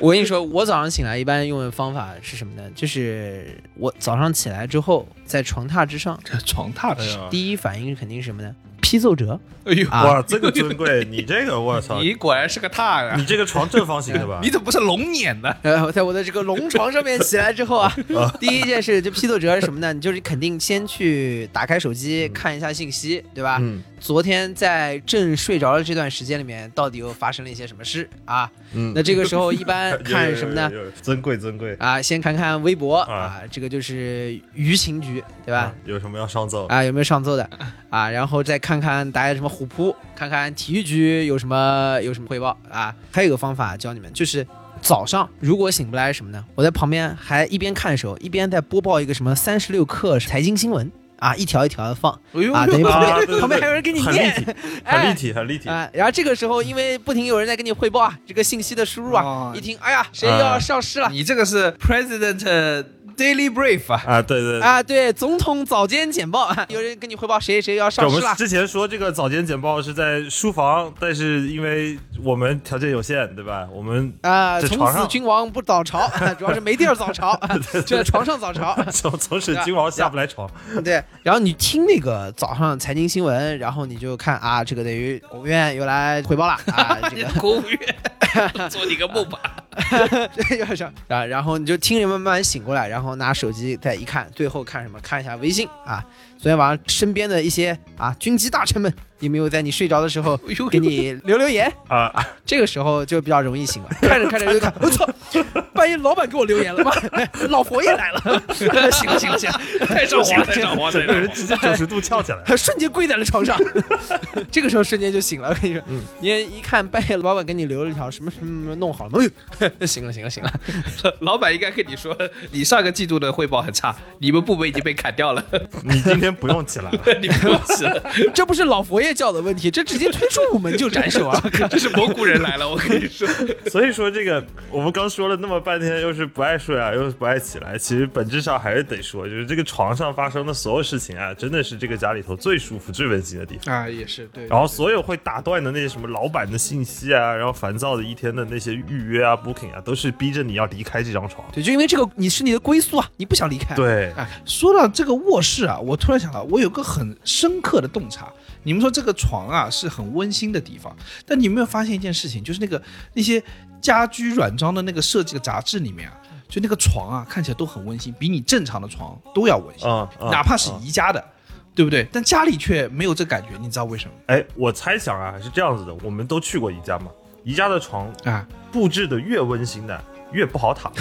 [SPEAKER 3] 我跟你说，我早上醒来一般用的方法是什么呢？就是我早上起来之后，在床榻之上，
[SPEAKER 2] 床榻的，
[SPEAKER 4] 啊
[SPEAKER 3] 第一反应肯定是什么呢？批奏
[SPEAKER 4] [laughs]
[SPEAKER 3] 折。
[SPEAKER 2] 哎呦，
[SPEAKER 3] 啊
[SPEAKER 4] 哇，这个尊贵，你这个我操，
[SPEAKER 2] 你果然是个榻
[SPEAKER 4] 你
[SPEAKER 2] 啊！
[SPEAKER 4] 这个床正方形的吧
[SPEAKER 2] 你？怎么不是龙眼呢？
[SPEAKER 3] 呃，在我的这个龙床上面起来
[SPEAKER 4] [laughs]
[SPEAKER 3] 之后啊，第一件事就批奏折是什么呢？你就是肯定先去打开手机看一下信息，对吧？
[SPEAKER 4] 嗯
[SPEAKER 3] 昨天在正睡着的这段时间里面，到底又发生了一些什么事啊？
[SPEAKER 4] 嗯
[SPEAKER 3] 那这个时候一般看什么
[SPEAKER 4] [laughs]
[SPEAKER 3] 呢？？
[SPEAKER 4] 有有有有尊贵尊贵
[SPEAKER 3] 啊，先看看微博
[SPEAKER 4] 啊
[SPEAKER 3] 啊，这个就是舆情局，对吧？，
[SPEAKER 4] 有什么要上奏？
[SPEAKER 3] 啊，有没有上奏的啊？然后再看看大家什么虎扑，看看体育局有什么有什么汇报啊？还有一个方法教你们，就是早上如果醒不来是什么呢？我在旁边还一边看手，一边在播报一个什么三十六氪财经新闻啊，一条一条的放
[SPEAKER 2] 哎呦
[SPEAKER 3] 啊，等于 [laughs] 旁边、
[SPEAKER 4] 啊对对对
[SPEAKER 3] 旁边还有人给你
[SPEAKER 4] 很立
[SPEAKER 3] [laughs]
[SPEAKER 4] 体
[SPEAKER 3] 念，
[SPEAKER 4] 很
[SPEAKER 3] 哎
[SPEAKER 4] 立体，很立体。
[SPEAKER 3] 啊，然后这个时候因为不停有人在给你汇报啊，这个信息的输入啊，
[SPEAKER 2] 哦
[SPEAKER 3] 一听哎呀谁又要
[SPEAKER 2] [laughs]
[SPEAKER 4] 啊
[SPEAKER 3] 上市了。
[SPEAKER 2] 你这个是 President
[SPEAKER 3] Daily Brief
[SPEAKER 2] [laughs]
[SPEAKER 3] 啊。
[SPEAKER 4] 啊，对对对
[SPEAKER 3] 啊，对，总统早间简报，啊有人跟你汇报谁谁谁要
[SPEAKER 4] 就
[SPEAKER 3] 上
[SPEAKER 4] 我
[SPEAKER 3] 市
[SPEAKER 4] 们
[SPEAKER 3] 了。
[SPEAKER 4] 之前说这个早间简报是在书房，但是因为我们条件有限，对吧？我们
[SPEAKER 3] 啊，
[SPEAKER 4] 这
[SPEAKER 3] 从
[SPEAKER 4] 床
[SPEAKER 3] 此
[SPEAKER 4] 上
[SPEAKER 3] 君王不早朝， [laughs] 啊主要是没地儿早朝，啊就在床上早朝。
[SPEAKER 4] [laughs] 从从此
[SPEAKER 3] 啊
[SPEAKER 4] 君王下不来床。
[SPEAKER 3] 对，然后你听那个早上财经新闻，然后你就看啊，这个等于国务院又来汇报了啊，
[SPEAKER 4] [laughs]
[SPEAKER 3] 这个 [laughs]
[SPEAKER 2] 国务院，做你个梦 [laughs] 吧。
[SPEAKER 3] 对，有点像啊。然后你就听人们慢慢醒过来，然后拿手机再一看，最后看什么？看一下微信啊。昨天晚上身边的一些啊军机大臣们有没有在你睡着的
[SPEAKER 4] [laughs]
[SPEAKER 3] 时候
[SPEAKER 4] 哎
[SPEAKER 2] 呦
[SPEAKER 3] 给你留留言？
[SPEAKER 4] 啊，
[SPEAKER 3] 这个时候就比较容易醒了。看着看着就看， [laughs] 我操，半夜老板给我留言了吗？ [laughs] 老佛爷来了， [laughs] 醒了醒了醒了，
[SPEAKER 2] 太上皇，太上皇，
[SPEAKER 4] 整
[SPEAKER 2] 太
[SPEAKER 4] 个
[SPEAKER 2] 上
[SPEAKER 4] 人
[SPEAKER 2] 皇。
[SPEAKER 4] 直接九十度翘起来。
[SPEAKER 3] 瞬间跪在了床上， [laughs] 这个时候瞬间就醒了。我跟你说，你一看半夜老板给你留了一条什么什么什么弄好了吗，哎呦， [laughs] 行了行了行了，
[SPEAKER 2] [laughs] 老板应该跟你说，你上个季度的汇报很差，你们部门已经被砍掉了， [laughs]
[SPEAKER 4] 你今天不用起来了，
[SPEAKER 2] 你不用吃了。 [laughs]
[SPEAKER 3] 这不是老佛爷教的问题，这直接推出午门就斩首啊！
[SPEAKER 2] 这是蒙古人来了，我跟你说。
[SPEAKER 4] [laughs] 所以说这个我们刚说了那么半天，又是不爱睡啊，又是不爱起来，其实本质上还是得说，就是这个床上发生的所有事情啊，真的是这个家里头最舒服、最温馨的地方。
[SPEAKER 2] 啊，也是对。
[SPEAKER 4] 然后所有会打断的那些什么老板的信息啊，然后烦躁的一天的那些预约啊、booking 啊，都是逼着你要离开这张床。
[SPEAKER 3] 对，就因为这个你是你的归宿啊，你不想离开。，
[SPEAKER 4] 对，
[SPEAKER 2] 哎，说到这个卧室啊，我突然想到，我有个很深刻的洞察。你们说这个床啊是很温馨的地方，但你有没有发现一件事情，就是那个那些家居软装的那个设计的杂志里面啊，就那个床啊看起来都很温馨，比你正常的床都要温馨，
[SPEAKER 4] 嗯嗯
[SPEAKER 2] 哪怕是宜家的。对不对？但家里却没有这感觉，你知道为什么
[SPEAKER 4] 哎，我猜想啊是这样子的，我们都去过宜家嘛，宜家的床
[SPEAKER 2] 啊？
[SPEAKER 4] 布置的越温馨的越不好躺，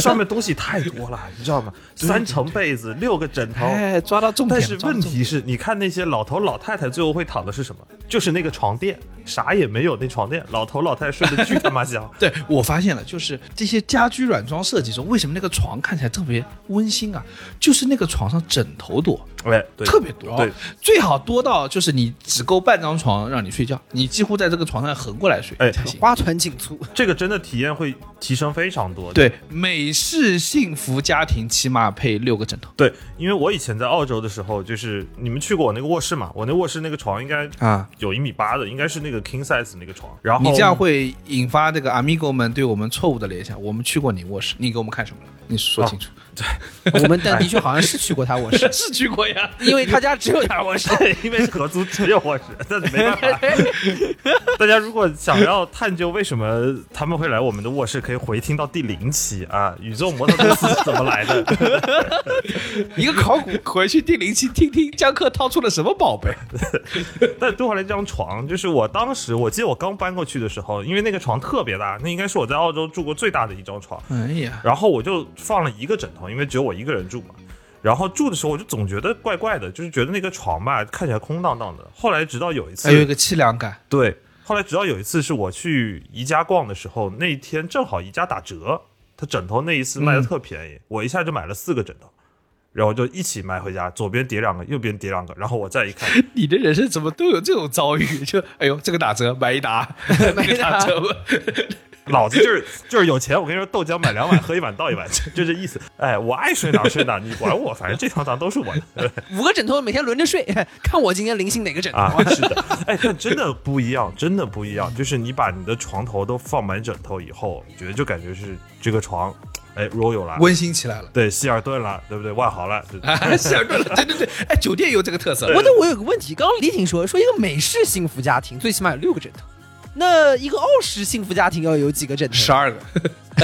[SPEAKER 4] 上面东西太多了，你知道吗？三层被子，六个枕头。
[SPEAKER 2] 哎，抓到重点
[SPEAKER 4] 但
[SPEAKER 2] 了。
[SPEAKER 4] 是
[SPEAKER 2] 抓到
[SPEAKER 4] 问
[SPEAKER 2] 重点
[SPEAKER 4] 题是，你看那些老头老太太最后会躺的是什么？就是那个床垫，啥也没有，那床垫，老头老太太睡得巨他妈
[SPEAKER 2] [laughs]。
[SPEAKER 4] 香
[SPEAKER 2] 对我发现了，就是这些家居软装设计中，为什么那个床看起来特别温馨啊？就是那个床上枕头多，
[SPEAKER 4] 哎，对，
[SPEAKER 2] 特别多，
[SPEAKER 4] 对，
[SPEAKER 2] 最好多到就是你只够半张床让你睡觉，你几乎在这个床上横过来睡
[SPEAKER 4] 哎
[SPEAKER 2] 才行。
[SPEAKER 3] 花团锦簇，
[SPEAKER 4] 这个真的体验会提升非常多。
[SPEAKER 2] 对，美式幸福家庭起码配六个枕头
[SPEAKER 4] 对，因为我以前在澳洲的时候，就是你们去过我那个卧室嘛，我那卧室那个床应该
[SPEAKER 2] 啊。
[SPEAKER 4] 有一米八的，应该是那个 king size 那个床。然后
[SPEAKER 2] 你这样会引发这个 amigo 们对我们错误的联想。我们去过你卧室，你给我们看什么了？你说清
[SPEAKER 4] 哦
[SPEAKER 2] 楚。
[SPEAKER 3] 我们但的确好像是去过他卧
[SPEAKER 2] [laughs]
[SPEAKER 3] 室，
[SPEAKER 2] 是去过呀，
[SPEAKER 3] 因为他家只有他卧室。
[SPEAKER 4] [laughs] 因为是合租只有卧室，但没办法。 [laughs] 大家如果想要探究为什么他们会来我们的卧室，可以回听到第零期啊，《宇宙模特公司是怎么来的》
[SPEAKER 2] 一个考古回去第零期听听江克掏出了什么宝贝。
[SPEAKER 4] 但多回来这张床，就是我当时我记得我刚搬过去的时候，因为那个床特别大，那应该是我在澳洲住过最大的一张床。
[SPEAKER 2] 哎呀，
[SPEAKER 4] 然后我就放了一个枕头，因为只有我一个人住嘛。然后住的时候我就总觉得怪怪的，就是觉得那个床吧看起来空荡荡的。后来直到有一次，
[SPEAKER 2] 还哎有一个凄凉感。
[SPEAKER 4] 对，后来直到有一次是我去宜家逛的时候，那一天正好宜家打折，它枕头那一次卖的特便宜，我一下就买了四个枕头，然后就一起买回家，左边叠两个，右边叠两个，然后我再一看，
[SPEAKER 2] 你的人生怎么都有这种遭遇？就哎呦，这个打折买一打，
[SPEAKER 4] [laughs]
[SPEAKER 2] 买一打 [laughs] 折。
[SPEAKER 4] 老子就是就是有钱，我跟你说，豆浆买两碗，喝一碗倒一碗，就就这意思。哎，我爱睡哪儿睡哪儿，你管我，反正这床床都是我的。 [laughs] 对
[SPEAKER 3] 五个枕头每天轮着睡，看我今天临幸哪个枕头。
[SPEAKER 4] 啊，是的，哎，但真的不一样，真的不一样。就是你把你的床头都放满枕头以后，你觉得就感觉是这个床，哎，royal 了，
[SPEAKER 2] 温馨起来了。
[SPEAKER 4] 对，希尔顿了，对不对？万豪了，对
[SPEAKER 2] 啊， [laughs] 想
[SPEAKER 3] [laughs]
[SPEAKER 2] 对了，对对对，哎，酒店有这个特色。
[SPEAKER 3] 我但我有个问题，刚刚李挺说说一个美式幸福家庭最起码有六个枕头，那一个澳式幸福家庭要有几个枕头？
[SPEAKER 4] [laughs]
[SPEAKER 2] 十二个，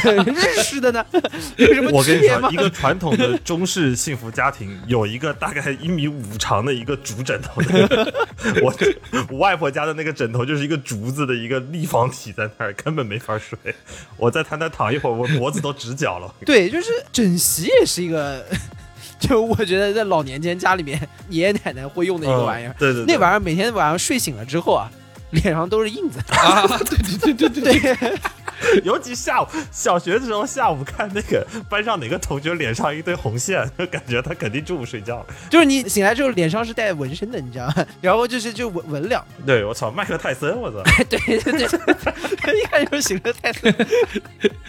[SPEAKER 3] 日式的呢？有什 [laughs] 么
[SPEAKER 4] 我
[SPEAKER 3] 区
[SPEAKER 4] 跟你
[SPEAKER 3] 别吗
[SPEAKER 4] 说，一？个传统的中式幸福家庭有一个大概一米五长的一个竹枕头， [laughs] 我我外婆家的那个枕头就是一个竹子的一个立方体，在那儿根本没法睡。我在他那躺一会儿，我脖子都直角了。
[SPEAKER 3] [laughs] 对，就是枕席也是一个， [laughs] 就我觉得在老年间家里面爷爷奶奶会用的一个玩意儿
[SPEAKER 4] 嗯。对对对
[SPEAKER 3] 那玩意
[SPEAKER 4] [laughs]
[SPEAKER 3] 儿 [laughs] 每天晚上睡醒了之后啊，脸上都是印子。
[SPEAKER 2] 啊，对对对对对，
[SPEAKER 3] 对，
[SPEAKER 4] 尤其下午小学的时候，下午看那个班上哪个同学脸上一堆红线， [laughs] 就感觉他肯定中午睡觉了。
[SPEAKER 3] 就是你醒来之后脸上是带纹身的，你知道吗？ [laughs] 然后就是就纹纹两，
[SPEAKER 4] 对我操，麦克泰森，我
[SPEAKER 3] [laughs]
[SPEAKER 4] 操！
[SPEAKER 3] 对对对， [laughs] 一看就是醒了 [laughs] 太多。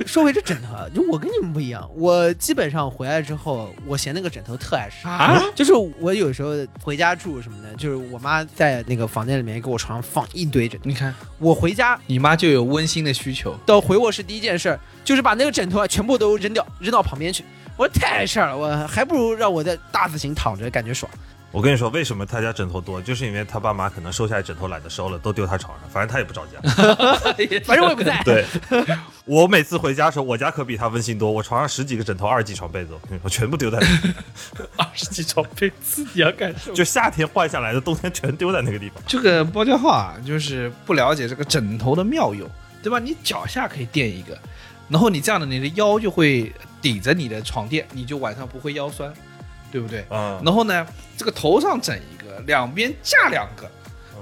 [SPEAKER 3] 说回这枕头，啊，就我跟你们不一样，我基本上回来之后，我嫌那个枕头特碍事
[SPEAKER 2] 啊。
[SPEAKER 3] [laughs] 就是我有时候回家住什么的，就是我妈在那个房间里面给我床上放一堆枕头，
[SPEAKER 2] 你看，
[SPEAKER 3] 我回家
[SPEAKER 2] 你妈就有温馨的需
[SPEAKER 3] [laughs]
[SPEAKER 2] 求。
[SPEAKER 3] 到回卧室第一件事儿就是把那个枕头啊全部都扔掉，扔到旁边去。我说太碍事儿了，我还不如让我在大字型躺着，感觉爽。
[SPEAKER 4] 我跟你说，为什么他家枕头多，就是因为他爸妈可能收下来枕头懒得收了，都丢他床上，反正他也不着啊家。
[SPEAKER 3] 哎反正我也不在，
[SPEAKER 4] [laughs] 对，我每次回家的时候，我家可比他温馨多，我床上十几个枕头，二十几床被子，我跟你说全部丢在那里， [laughs]
[SPEAKER 2] 二十几床被子，你要干什么？
[SPEAKER 4] 就夏天换下来的，冬天全丢在那个地方。
[SPEAKER 2] 这个包浆号啊，就是不了解这个枕头的妙用，对吧？你脚下可以垫一个，然后你这样的，你的腰就会抵着你的床垫，你就晚上不会腰酸，对不对？
[SPEAKER 4] 嗯，
[SPEAKER 2] 然后呢，这个头上整一个，两边架两个，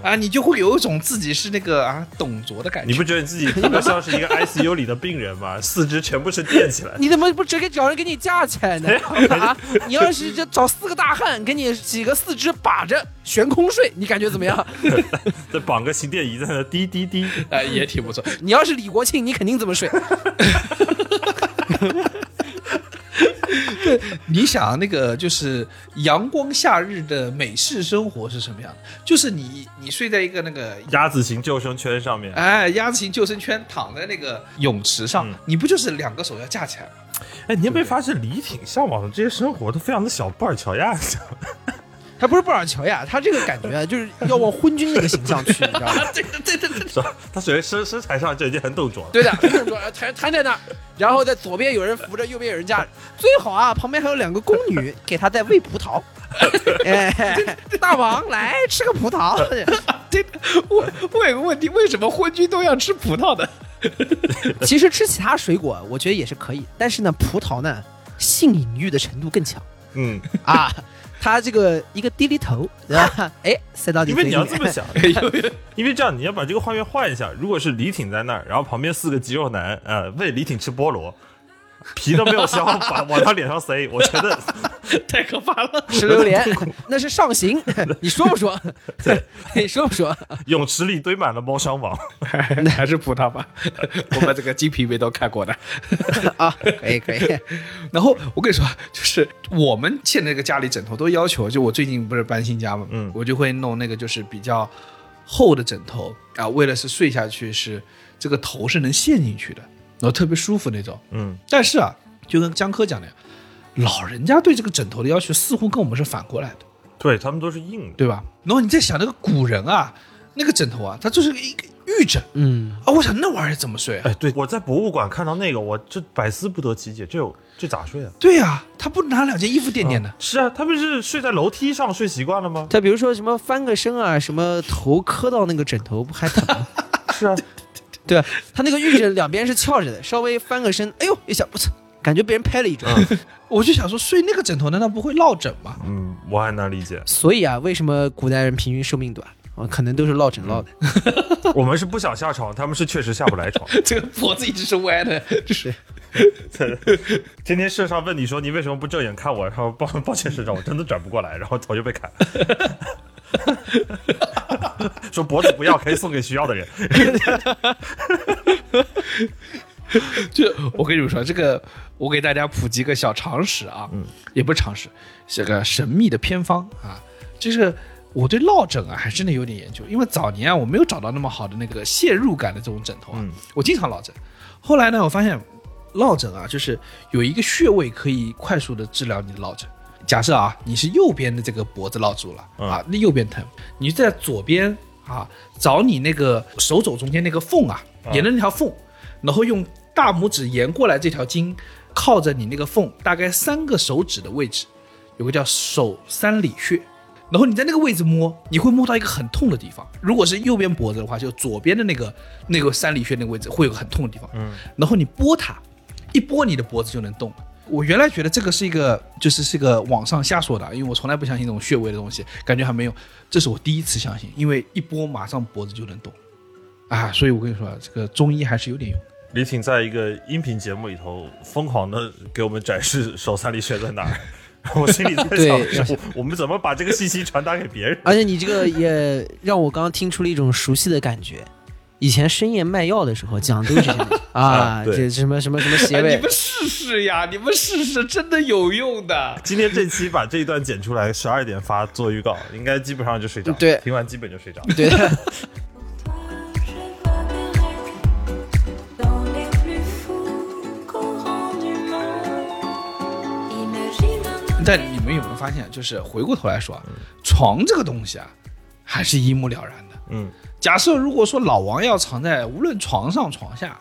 [SPEAKER 2] 啊，你就会有一种自己是那个啊董卓的感
[SPEAKER 4] 你
[SPEAKER 2] 觉。
[SPEAKER 4] 不觉得你自己特别像是一个 ICU 里的病人吗？ [laughs] 四肢全部是垫起来的。 [laughs]
[SPEAKER 3] 你怎么不直接找人给你架起 [laughs] 来呢？啊，你要是这找四个大汉给你几个四肢把着悬空睡，你感觉怎么样？
[SPEAKER 4] 再绑个心电仪在那滴滴滴，
[SPEAKER 2] 哎，也挺不错。
[SPEAKER 3] 你要是李国庆，你肯定怎么睡？
[SPEAKER 2] 你想那个就是阳光夏日的美式生活是什么样的？就是你你睡在一个那个
[SPEAKER 4] 鸭子型救生圈上面。
[SPEAKER 2] 哎鸭子型救生圈，躺在那个泳池上，
[SPEAKER 4] 嗯
[SPEAKER 2] 你不就是两个手要架起来吗？
[SPEAKER 4] 哎，你有没有发现李挺向往的这些生活都非常的小布尔乔亚？
[SPEAKER 3] 他不是布尔乔亚，他这个感觉啊就是要往昏君那个形象去，你知道 [laughs] 吗？
[SPEAKER 2] 对对对对，
[SPEAKER 4] 是吧 [laughs] 他首先身身材上就已经很董卓了。
[SPEAKER 3] 对的，哎摊摊在那儿，然后在左边有人扶着，右边有人架着，最好啊，旁边还有两个宫女给他在喂葡 [laughs] 萄。哎，大王来吃个葡萄，
[SPEAKER 2] 对， [laughs] 我我有个问题，为什么昏君都要吃葡萄的？
[SPEAKER 3] 其实吃其他水果，我觉得也是可以，但是呢，葡萄呢，性隐喻的程度更强
[SPEAKER 4] 嗯，
[SPEAKER 3] 啊。它这个一个低低头，对 [laughs] 吧？哎，塞到你
[SPEAKER 4] 因为
[SPEAKER 3] 嘴里
[SPEAKER 4] 你要这么
[SPEAKER 3] [laughs]
[SPEAKER 4] [laughs]
[SPEAKER 3] 面，
[SPEAKER 4] 想，因为这样你要把这个画面换一下。如果是李挺在那儿，然后旁边四个肌肉男，呃，喂李挺吃菠萝，皮都没有削，把往他脸上塞，我觉得
[SPEAKER 2] [laughs] 太可怕 [laughs] 了！
[SPEAKER 3] 吃榴莲， [laughs] 那是上 [laughs] 刑，你说不说？ [laughs] 你说不说？
[SPEAKER 4] 泳池里堆满了猫山王。
[SPEAKER 2] 还是葡萄吧，我们这个金瓶梅都看过的。
[SPEAKER 3] 啊，可以可以，
[SPEAKER 2] 然后我跟你说，就是我们现在这个家里枕头都要求，就我最近不是搬新家嘛，
[SPEAKER 4] 嗯
[SPEAKER 2] 我就会弄那个就是比较厚的枕头啊，为了是睡下去是这个头是能陷进去的，然后特别舒服那种。
[SPEAKER 4] 嗯，
[SPEAKER 2] 但是啊，就跟江科讲的呀，老人家对这个枕头的要求似乎跟我们是反过来的。
[SPEAKER 4] 对他们都是硬的。
[SPEAKER 2] 对吧？然后你再想那个古人啊，那个枕头啊，它就是一个玉枕
[SPEAKER 3] 嗯，
[SPEAKER 2] 啊，我想那玩意儿怎么睡啊？
[SPEAKER 4] 哎，对，我在博物馆看到那个，我这百思不得其解，这有这咋睡啊？
[SPEAKER 2] 对呀、啊，他不拿两件衣服垫垫的，
[SPEAKER 4] 是啊，他们是睡在楼梯上睡习惯了吗？
[SPEAKER 3] [laughs] 他比如说什么翻个身啊，什么头磕到那个枕头不还疼吗？
[SPEAKER 4] 是啊，
[SPEAKER 3] [laughs] 对啊，他那个玉枕两边是翘着的，稍微翻个身，哎呦一下，我操，感觉被人拍了一掌。
[SPEAKER 2] 我就想说睡那个枕头难道不会落枕吗？
[SPEAKER 4] 嗯，我很难理解。
[SPEAKER 3] 所以啊，为什么古代人平均寿命短？啊，可能都是落枕落
[SPEAKER 4] [laughs]
[SPEAKER 3] 的。
[SPEAKER 4] 我们是不想下床，他们是确实下不来床。
[SPEAKER 2] [laughs] 这个脖子一直是歪的，就是
[SPEAKER 4] 天天社上问你说你为什么不正眼看我，然 [laughs] 后抱抱歉社长，我真的转不过来，然后头就被砍。 [laughs] 说脖子不要，可以送给需要的人。
[SPEAKER 2] 就我跟你们说，这个我给大家普及个小常识啊，嗯，也不是常识，是个神秘的偏方啊，就是。我对落枕啊，还真的有点研究，因为早年啊，我没有找到那么好的那个陷入感的这种枕头啊，
[SPEAKER 4] 嗯
[SPEAKER 2] 我经常落枕。后来呢，我发现落枕啊，就是有一个穴位可以快速的治疗你的落枕。假设啊，你是右边的这个脖子落住了、
[SPEAKER 4] 嗯
[SPEAKER 2] 啊，那右边疼，你在左边啊找你那个手肘中间那个缝啊，沿着那条缝，然后用大拇指沿过来这条筋，靠着你那个缝，大概三个手指的位置，有个叫手三里穴。然后你在那个位置摸，你会摸到一个很痛的地方。如果是右边脖子的话，就左边的那个那个三里穴那个位置会有个很痛的地方。
[SPEAKER 4] 嗯，
[SPEAKER 2] 然后你拨它，一拨你的脖子就能动了。我原来觉得这个是一个就是是一个往上瞎说的，啊因为我从来不相信这种穴位的东西，感觉还没有。这是我第一次相信，因为一拨马上脖子就能动，啊，所以我跟你说啊，这个中医还是有点用的。
[SPEAKER 4] [laughs] 李挺在一个音频节目里头疯狂的给我们展示手三力学在哪儿， [laughs] 我心里在
[SPEAKER 3] 对
[SPEAKER 4] 想，我我们怎么把这个信息传达给别人？
[SPEAKER 3] 而且你这个也让我刚刚听出了一种熟悉的感觉。以前深夜卖药的时候讲的都是这
[SPEAKER 2] [laughs]
[SPEAKER 3] 些啊，
[SPEAKER 4] 啊对
[SPEAKER 3] 这什么什么什么
[SPEAKER 2] 哎
[SPEAKER 3] 邪
[SPEAKER 2] 你
[SPEAKER 3] 位
[SPEAKER 2] 们，试试呀，你们试试，真的有用的。
[SPEAKER 4] 今天这期把这一段剪出来，十二点发做预告，应该基本上就睡着了，
[SPEAKER 3] 对
[SPEAKER 4] 听完基本就睡着了。
[SPEAKER 3] 对，
[SPEAKER 5] Toi, je vois des rêves dans les plus fous courants du monde. Imagine un
[SPEAKER 2] 但你们有没有发现，就是回过头来说啊，床这个东西啊，还是一目了然的。
[SPEAKER 4] 嗯，
[SPEAKER 2] 假设如果说老王要藏在无论床上床下，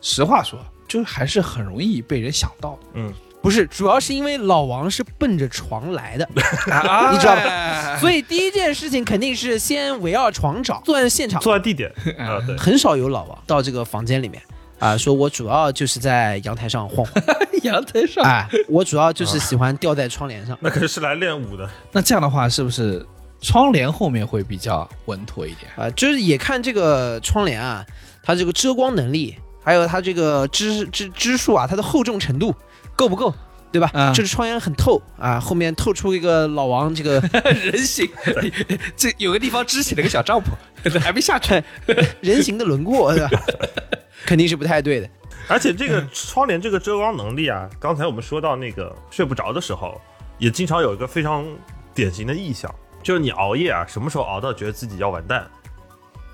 [SPEAKER 2] 实话说，就还是很容易被人想到的。
[SPEAKER 3] 不是，主要是因为老王是奔着床
[SPEAKER 2] [laughs]
[SPEAKER 3] 来的，
[SPEAKER 2] 哎
[SPEAKER 3] 你知道吧？所以第一件事情肯定是先围绕床找，作案现场
[SPEAKER 4] 坐在地
[SPEAKER 3] [laughs]
[SPEAKER 4] 点啊，对，
[SPEAKER 3] 很少有老王到这个房间里面啊，说我主要就是在阳台上晃晃，
[SPEAKER 2] [laughs] 阳台上
[SPEAKER 3] 哎，我主要就是喜欢吊在窗帘上。
[SPEAKER 4] 那可是来练武的。
[SPEAKER 2] 那这样的话，是不是窗帘后面会比较稳妥一点？
[SPEAKER 3] 啊、就是也看这个窗帘啊，它这个遮光能力，还有它这个支支支数啊，它的厚重程度够不够，对吧？
[SPEAKER 2] 嗯
[SPEAKER 3] 就是窗帘很透啊，后面透出一个老王这个
[SPEAKER 2] [laughs] 人形，这有个地方支起了个小帐篷，还没下去。
[SPEAKER 3] [laughs] 人形的轮廓，对吧？肯定是不太对的。
[SPEAKER 4] 而且这个窗帘这个遮光能力啊，刚才我们说到那个睡不着的时候，也经常有一个非常典型的意象，就是你熬夜啊，什么时候熬到觉得自己要完蛋，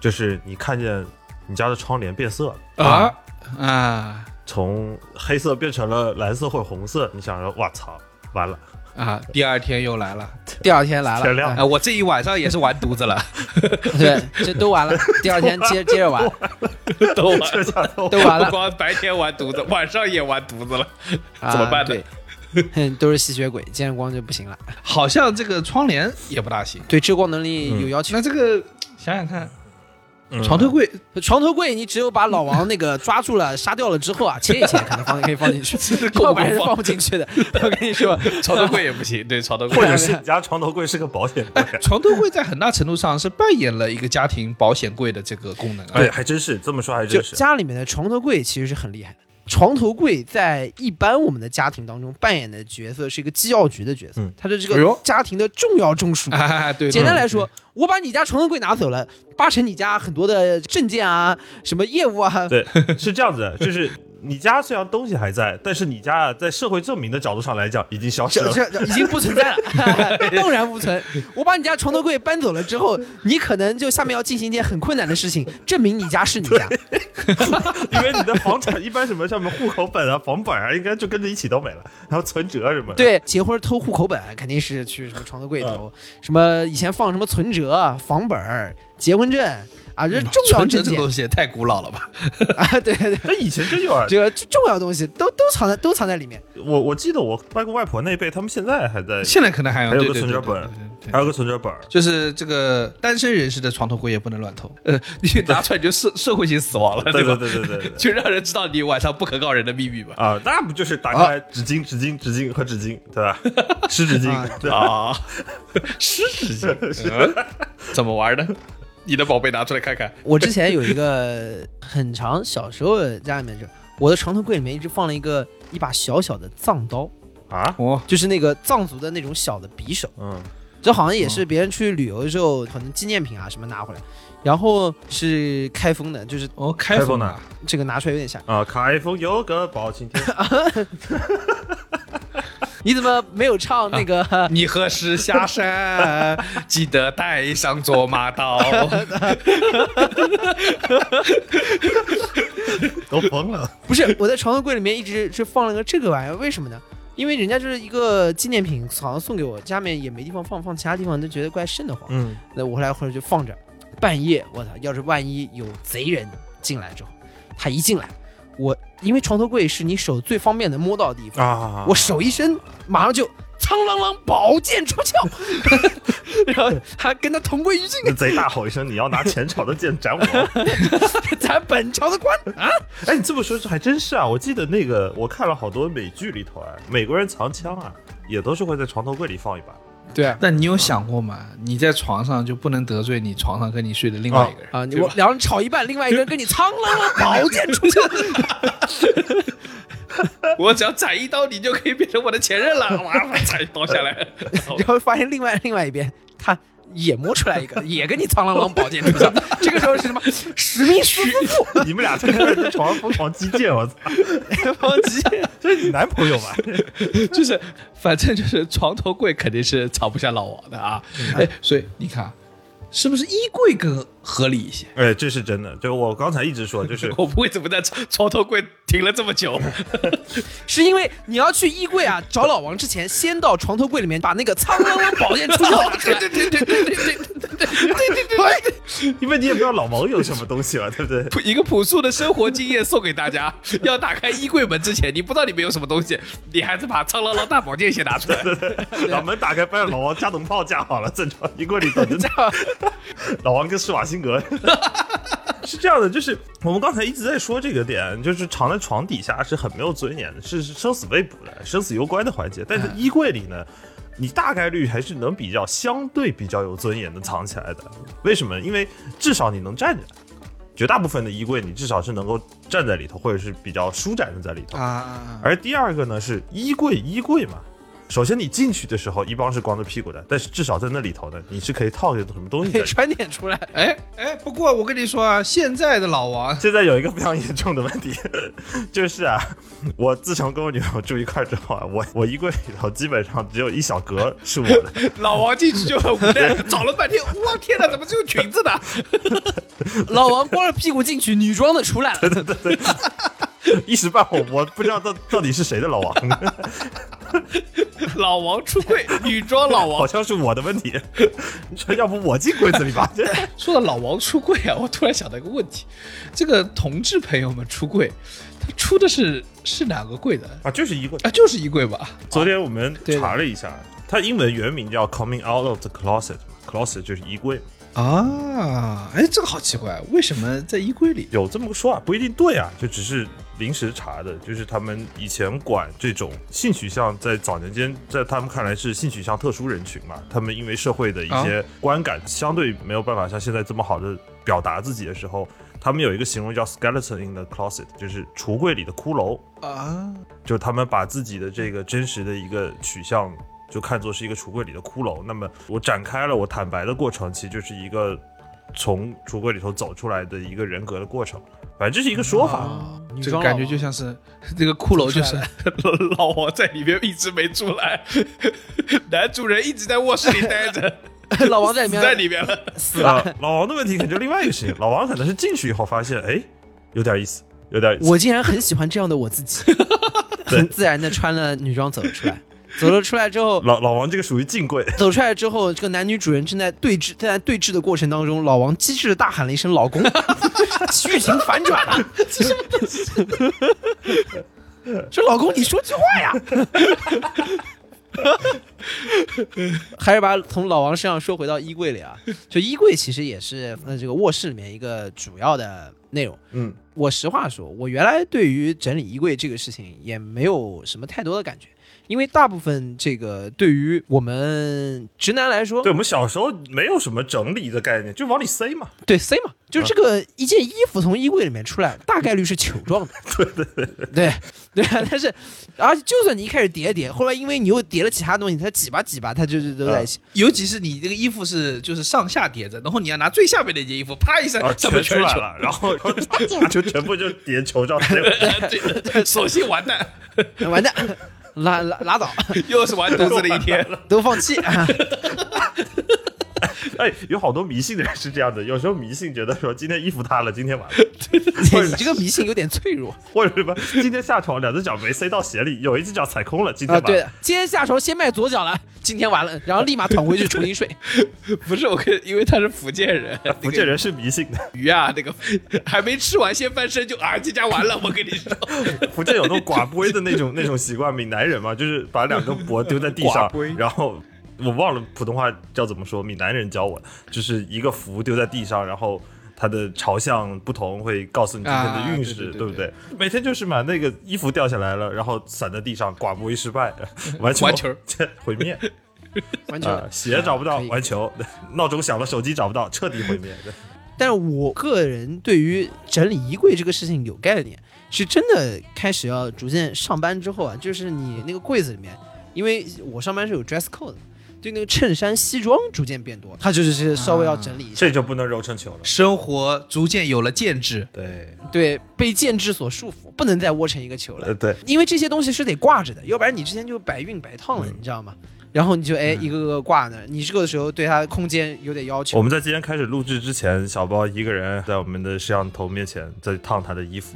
[SPEAKER 4] 就是你看见你家的窗帘变色了。
[SPEAKER 2] 啊啊
[SPEAKER 4] 从黑色变成了蓝色或者红色，你想着，我操，完了，
[SPEAKER 2] 啊！第二天又来了，
[SPEAKER 3] 第二天来
[SPEAKER 4] 天
[SPEAKER 3] 了，
[SPEAKER 4] 亮
[SPEAKER 2] 啊，我这一晚上也是完犊子 [laughs] 了，
[SPEAKER 3] 对，这 [laughs] 都完了。第二天接接着玩，
[SPEAKER 2] 都完
[SPEAKER 4] 这下头
[SPEAKER 3] 都完
[SPEAKER 2] 不
[SPEAKER 3] 了
[SPEAKER 2] 光白天完犊子，晚上也完犊子了，
[SPEAKER 3] 啊
[SPEAKER 2] 怎么办呢？
[SPEAKER 3] 对哼嗯都是吸血鬼，见光就不行了。
[SPEAKER 2] 好像这个窗帘也不大行。
[SPEAKER 3] 对遮光能力有要
[SPEAKER 2] [laughs]
[SPEAKER 3] 求。
[SPEAKER 2] 那这个想想看，床头柜
[SPEAKER 3] 床头柜，你只有把老王那个抓住了、杀掉了之后
[SPEAKER 2] [laughs]
[SPEAKER 3] 啊，切一切，可能放可以放进去，
[SPEAKER 2] 够
[SPEAKER 3] [laughs]
[SPEAKER 2] 不够
[SPEAKER 3] 要不然是放不进去的。 [laughs] 我跟
[SPEAKER 2] [laughs]
[SPEAKER 3] 你说，
[SPEAKER 2] [laughs] 床头柜也不行，对，床头
[SPEAKER 4] [laughs] 或
[SPEAKER 2] 柜。
[SPEAKER 4] 者是你家床头柜是个保险
[SPEAKER 3] [laughs]
[SPEAKER 4] 柜，
[SPEAKER 2] [laughs] 床头柜在很大程度上是扮演了一个家庭保险柜的这个功能啊
[SPEAKER 4] 哎，，还真是这么说，还
[SPEAKER 3] 就
[SPEAKER 4] 真是。
[SPEAKER 3] 家里面的床头柜其实是很厉害的。床头柜在一般我们的家庭当中扮演的角色是一个机要局的角色
[SPEAKER 4] 嗯，
[SPEAKER 3] 它是这
[SPEAKER 2] 哎
[SPEAKER 3] 个
[SPEAKER 2] 呦
[SPEAKER 3] 家庭的重要中枢。
[SPEAKER 2] [laughs] 啊，对，
[SPEAKER 3] 简单来
[SPEAKER 2] 对
[SPEAKER 3] 说，我把你家床头柜拿走了，八成你家很多的证件啊、什么业务啊，
[SPEAKER 4] 对，是这样子的，就是你家虽然东西还在，但是你家啊，在社会证明的角度上来讲，已经消失
[SPEAKER 3] 这
[SPEAKER 4] 了。
[SPEAKER 3] 这这已经不
[SPEAKER 2] [laughs]
[SPEAKER 3] 存在了， [laughs] 荡然无存。我把你家床头柜搬走了之后，你可能就下面要进行一件很困难的事情，证明你家是你家。
[SPEAKER 4] [laughs] 因为你的房产一般什么上面户口本啊、房本啊，应该就跟着一起都没了，还有存折什么的。，
[SPEAKER 3] 对，结婚偷户口本肯定是去什么床头柜
[SPEAKER 2] 嗯
[SPEAKER 3] 偷，什么以前放什么存折、啊房本儿、结婚证啊，这是重要
[SPEAKER 2] 嗯存折
[SPEAKER 3] 证
[SPEAKER 2] 这个
[SPEAKER 3] 件
[SPEAKER 2] 东西也太古老了 [laughs] 吧？
[SPEAKER 3] 啊，对对对。
[SPEAKER 4] 那以前真有啊，
[SPEAKER 3] 这个重要的东西都都藏在都藏在里面，
[SPEAKER 4] 我我记得我外公外婆那一辈，他们现在还
[SPEAKER 2] [laughs]
[SPEAKER 4] 在，
[SPEAKER 2] 现在可能还有
[SPEAKER 4] 还有
[SPEAKER 2] 对
[SPEAKER 4] 个
[SPEAKER 2] 对
[SPEAKER 4] 存折
[SPEAKER 2] 对对
[SPEAKER 4] 本
[SPEAKER 2] 对对对
[SPEAKER 4] 还有个存折本儿。
[SPEAKER 2] 就是这个单身人士的床头柜也不能乱偷，呃， [laughs] 你拿出来就社社会性死亡了，
[SPEAKER 4] 对
[SPEAKER 2] 吧？
[SPEAKER 4] 对对对对对
[SPEAKER 2] 就让人知道你晚上不可告人的秘密吧。
[SPEAKER 4] 啊，那不就是打开纸巾、纸巾、纸巾和纸巾，对吧？湿纸巾，对吧？
[SPEAKER 2] [laughs] [laughs] 啊，湿纸巾，嗯怎么玩呢？你的宝贝拿出来看看。
[SPEAKER 3] 我之前有一个很长，小时候家里面就我的床头柜里面一直放了一个一把小小的藏刀，
[SPEAKER 4] 啊，
[SPEAKER 2] 哦，
[SPEAKER 3] 就是那个藏族的那种小的匕首，
[SPEAKER 4] 嗯，
[SPEAKER 3] 这好像也是别人去旅游的时候可能纪念品啊什么拿回来，然后是开封的，就是
[SPEAKER 2] 哦，开
[SPEAKER 4] 封
[SPEAKER 2] 呢
[SPEAKER 4] 呢？
[SPEAKER 3] 这个拿出来有点吓。
[SPEAKER 4] 啊，开封有个包青天，
[SPEAKER 3] 你怎么没有唱那个？
[SPEAKER 4] [laughs]
[SPEAKER 2] 你何时下山？记得带上卓玛刀。
[SPEAKER 4] 都疯了。
[SPEAKER 3] 不是，我在床头柜里面一直是放了个这个玩意儿，为什么呢？因为人家就是一个纪念品，好像送给我，家里面也没地方放，放其他地方都觉得怪瘆得慌。
[SPEAKER 4] 嗯，
[SPEAKER 3] 那我后来或者就放着，半夜我操，要是万一有贼人进来之后，他一进来，我因为床头柜是你手最方便能摸到的地方，
[SPEAKER 4] [laughs] 啊，
[SPEAKER 3] 我手一伸，马上就苍啷啷宝剑出 [laughs] 鞘，然后还跟他同归于尽，
[SPEAKER 4] 那贼大吼一声，你要拿前朝的剑斩我！
[SPEAKER 3] 咱本朝的官啊！
[SPEAKER 4] 哎，你这么说，这还真是啊！我记得那个，我看了好多美剧里头啊，美国人藏枪啊，也都是会在床头柜里放一把。 [laughs]
[SPEAKER 3] 对
[SPEAKER 2] [laughs]
[SPEAKER 3] 啊，
[SPEAKER 2] 但你有想过吗？你在床上就不能得罪你床上跟你睡的另外一个人？
[SPEAKER 3] 啊，你我两人吵一半，另外一个人跟你苍啷啷宝剑出鞘，
[SPEAKER 2] 我 [laughs] 只要斩一刀，你就可以变成我的前任 [laughs] 了。哇，斩一刀下来，
[SPEAKER 3] [laughs] 然后发现另外另外一边他。也摸出来一 [laughs] 个，也跟你苍啷啷宝剑出鞘。这个时候是什么？史密斯夫妇，
[SPEAKER 4] 你们俩在那儿在床上疯狂击剑，我操！
[SPEAKER 2] 王吉
[SPEAKER 4] [laughs] 这是你男朋友吧？
[SPEAKER 2] [laughs] 就是，反正就是床头柜肯定是藏不下老王的啊。哎，所以你看啊，是不是衣柜更合理一些？
[SPEAKER 4] [laughs] 哎，这是真的。就我刚才一直说，
[SPEAKER 2] [laughs]
[SPEAKER 4] 就是
[SPEAKER 2] 我不会怎么在床床头柜停了这么久。
[SPEAKER 3] 是因为你要去衣柜啊找老王之前，先到床头柜里面把那个苍啷啷宝剑出鞘拿出来。 [laughs] 对对对对对对对对对对。
[SPEAKER 4] 因为你也不知道老毛有什么东西了，对不对？
[SPEAKER 2] 一个朴素的生活经验送给大家：要打开衣柜门之前，你不知道里面有什么东西，你还是把苍狼狼大宝剑先拿出来。
[SPEAKER 4] 把门打开，发现老王加农炮架好了，正常衣柜里等着呢。老王跟施瓦辛格 [laughs] 是这样的，就是我们刚才一直在说这个点，就是藏在床底下是很没有尊严的，是是生死未卜的、生死攸关的环节。但是衣柜里呢，你大概率还是能比较相对比较有尊严的藏起来的。为什么？因为至少你能站起来。绝大部分的衣柜，你至少是能够站在里头，或者是比较舒展的在里头。
[SPEAKER 3] 啊，
[SPEAKER 4] 嗯而第二个呢是衣柜，衣柜嘛。首先，你进去的时候，一帮是光着屁股的，但是至少在那里头呢，你是可以套些什么东
[SPEAKER 2] [laughs]
[SPEAKER 4] 西
[SPEAKER 3] 可以
[SPEAKER 4] 的。
[SPEAKER 3] 穿点出来。
[SPEAKER 2] 哎哎，不过我跟你说啊，现在的老王
[SPEAKER 4] 现在有一个非常严重的问题， [laughs] 就是啊，我自从跟我女朋友住一块儿之后啊，我我衣柜里头基本上只有一小格是我的，
[SPEAKER 2] [laughs] 老王进去就很无奈，找了半天，我天哪，怎么只有裙子呢？ [laughs]
[SPEAKER 3] 老王光着屁股进去，女装的出来了。
[SPEAKER 4] 一时半会儿我不知道到到底是谁的老王， [laughs]
[SPEAKER 2] 老王出柜，女装老
[SPEAKER 4] 好
[SPEAKER 2] 王。
[SPEAKER 4] 像是我的问题。你说要不我进柜子里
[SPEAKER 2] [laughs]
[SPEAKER 4] 吧？
[SPEAKER 2] 说到老王出柜啊，我突然想到一个问题：这个同志朋友们出柜，他出的是是哪个柜的？
[SPEAKER 4] 啊，就是衣柜。
[SPEAKER 2] 啊，就是衣柜吧？
[SPEAKER 4] 昨天我们
[SPEAKER 2] 对的
[SPEAKER 4] 查了一下，它英文原名叫 Coming Out of the Closet 嘛，Closet 就是衣柜嘛。
[SPEAKER 2] 啊，哎，这个好奇怪，为什么在衣柜里？
[SPEAKER 4] 有这么个说法，不一定对啊，就只是临时查的，就是他们以前管这种性取向，在早年间，在他们看来是性取向特殊人群嘛，他们因为社会的一些观感，相对没有办法像现在这么好的表达自己的时候，他们有一个形容叫 skeleton in the closet，就是橱柜里的骷髅
[SPEAKER 2] 啊，
[SPEAKER 4] 就是他们把自己的这个真实的一个取向。就看作是一个橱柜里的骷髅，那么我展开了我坦白的过程，其实就是一个从橱柜里头走出来的一个人格的过程，反正这是一个说法。
[SPEAKER 3] 女
[SPEAKER 2] 这个
[SPEAKER 3] 装
[SPEAKER 2] 感觉就像是这个骷髅，就
[SPEAKER 3] 出
[SPEAKER 2] 是 [laughs] 老王在里面一直没出来， [laughs] 男主人一直在卧室里待 [laughs] 着，
[SPEAKER 3] 像老王在里
[SPEAKER 2] 死
[SPEAKER 3] 面
[SPEAKER 2] 在里面了。
[SPEAKER 3] 死
[SPEAKER 4] 啊
[SPEAKER 3] 了。，
[SPEAKER 4] 老王的问题可能就另外一个事情，老王可能是进去以后发现，哎，有点意思，有点意思。
[SPEAKER 3] 我竟然很喜欢这样的我自己，很自然的穿了女装走了出来。走了出来之后，
[SPEAKER 4] 老老王这个属于进柜，
[SPEAKER 3] 走出来之后，这个男女主人正在对峙，正在对峙的过程当中，老王机智的大喊了一声“老公”， [laughs] 剧情反转了。说老公，你说句话呀！ [laughs] 还是把从老王身上说回到衣柜里啊，就衣柜其实也是呃这个卧室里面一个主要的内容。
[SPEAKER 4] 嗯，
[SPEAKER 3] 我实话说，我原来对于整理衣柜这个事情也没有什么太多的感觉，因为大部分这个对于我们直男来说，
[SPEAKER 4] 对我们小时候没有什么整理的概念，就往里塞嘛。
[SPEAKER 3] 对塞嘛，就是这个一件衣服从衣柜里面出来，大概率是球状的。 [laughs] 对对对对啊！但是，而且就算你一开始叠一叠，后来因为你又叠了其他东西，它挤吧挤吧，它就是都在一起。
[SPEAKER 2] 尤其是你这个衣服是就是上下叠着，然后你要拿最下面那件衣服，啪一声
[SPEAKER 4] [laughs] 啊，，
[SPEAKER 2] 怎么
[SPEAKER 4] 全出来
[SPEAKER 2] 出
[SPEAKER 4] 了，然后然后就全部就叠球状，结果
[SPEAKER 2] [laughs] 对，索性完蛋， [laughs]
[SPEAKER 3] 完 [laughs] 蛋，拉拉拉倒，
[SPEAKER 2] 又是完犊子的一天。
[SPEAKER 3] 都放弃。 [laughs] 啊
[SPEAKER 4] [laughs] 哎，有好多迷信的人是这样的，有时候迷信觉得说今天衣服塌了，今天完了，
[SPEAKER 3] 你这个迷信有点脆弱
[SPEAKER 4] 或者什么今天下床两只脚没塞到鞋里，有一只脚踩空了，今天
[SPEAKER 3] 啊！
[SPEAKER 4] 完
[SPEAKER 3] 对
[SPEAKER 4] 了。
[SPEAKER 3] 的，今天下床先迈左脚了，今天完了，然后立马躺回去重新睡。
[SPEAKER 2] [laughs] 不是我跟，因为他是福建人，
[SPEAKER 4] 啊福建人是迷信的，
[SPEAKER 2] 鱼啊，那个还没吃完先翻身就啊，这家完了，我跟你说，
[SPEAKER 4] 福建有那种寡龟的那种 [laughs] 那种习惯，闽南人嘛，就是把两个脖丢在地上
[SPEAKER 2] [laughs] 寡龟，
[SPEAKER 4] 然后我忘了普通话叫怎么说，闽南人教我的，就是一个符丢在地上，然后它的朝向不同会告诉你今天
[SPEAKER 2] 啊
[SPEAKER 4] 的运势，
[SPEAKER 2] 对对对
[SPEAKER 4] 不对？每天就是嘛，那个
[SPEAKER 2] [laughs]
[SPEAKER 4] 衣服掉下来了，然后散在地上，寡龟失败，完球 [laughs]
[SPEAKER 2] 完球
[SPEAKER 4] 毁灭。
[SPEAKER 3] 完全。
[SPEAKER 4] 啊，鞋找不到
[SPEAKER 3] 可以
[SPEAKER 4] 完球， [laughs] 闹钟响了，手机找不到， [laughs] 彻底毁灭。
[SPEAKER 3] 但是我个人对于整理衣柜这个事情有概念，是真的开始要逐渐上班之后啊，就是你那个柜子里面，因为我上班是有 dress code 的，对那个衬衫、西装逐渐变多，它就是稍微要整理一下。
[SPEAKER 4] 这就不能揉成球了。
[SPEAKER 2] [laughs] 生活逐渐有了见制，
[SPEAKER 4] 对，
[SPEAKER 3] 对，被建制所束缚，不能再窝成一个球了
[SPEAKER 4] 呃，。对，
[SPEAKER 3] 因为这些东西是得挂着的，要不然你之前就白熨白烫了，你知道吗？然后你就哎一个个挂那儿，你这个时候对它空间有点要求
[SPEAKER 4] 我。们在今天开始录制之前，小包一个人在我们的摄像头面前在烫他的衣 [laughs] 服。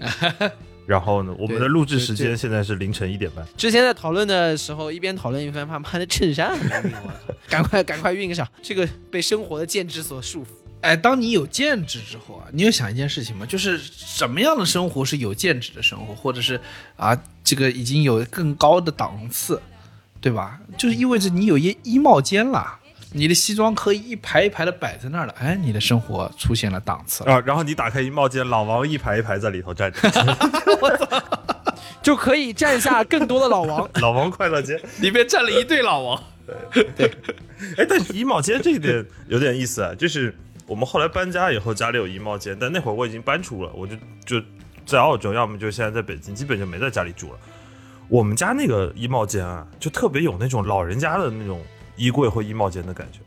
[SPEAKER 4] 然后呢，我们的录制时间现在是凌晨一点半。
[SPEAKER 3] 之前在讨论的时候，一边讨论一边怕妈的衬衫还 [laughs] 没熨完，赶快赶快熨上，这个被生活的建制所束缚。
[SPEAKER 2] 哎，当你有见制之后啊，你有想一件事情吗？就是什么样的生活是有见制的生活，或者是啊，这个已经有更高的档次，对吧？就是意味着你有衣衣帽间了，你的西装可以一排一排的摆在那儿了，哎，你的生活出现了档次了。
[SPEAKER 4] 啊，然后你打开衣帽间，老王一排一排在里头站着。 [laughs]
[SPEAKER 3] 就可以站下更多的老 [laughs] 王，
[SPEAKER 4] 老王快乐街，
[SPEAKER 2] 里面站了一对老王，
[SPEAKER 4] [laughs] 哎，但是衣帽间这一点有点意思啊，就是我们后来搬家以后，家里有衣帽间，但那会儿我已经搬出了，我就就在澳洲，要么就现在在北京，基本就没在家里住了。我们家那个衣帽间啊，就特别有那种老人家的那种衣柜或衣帽间的感觉，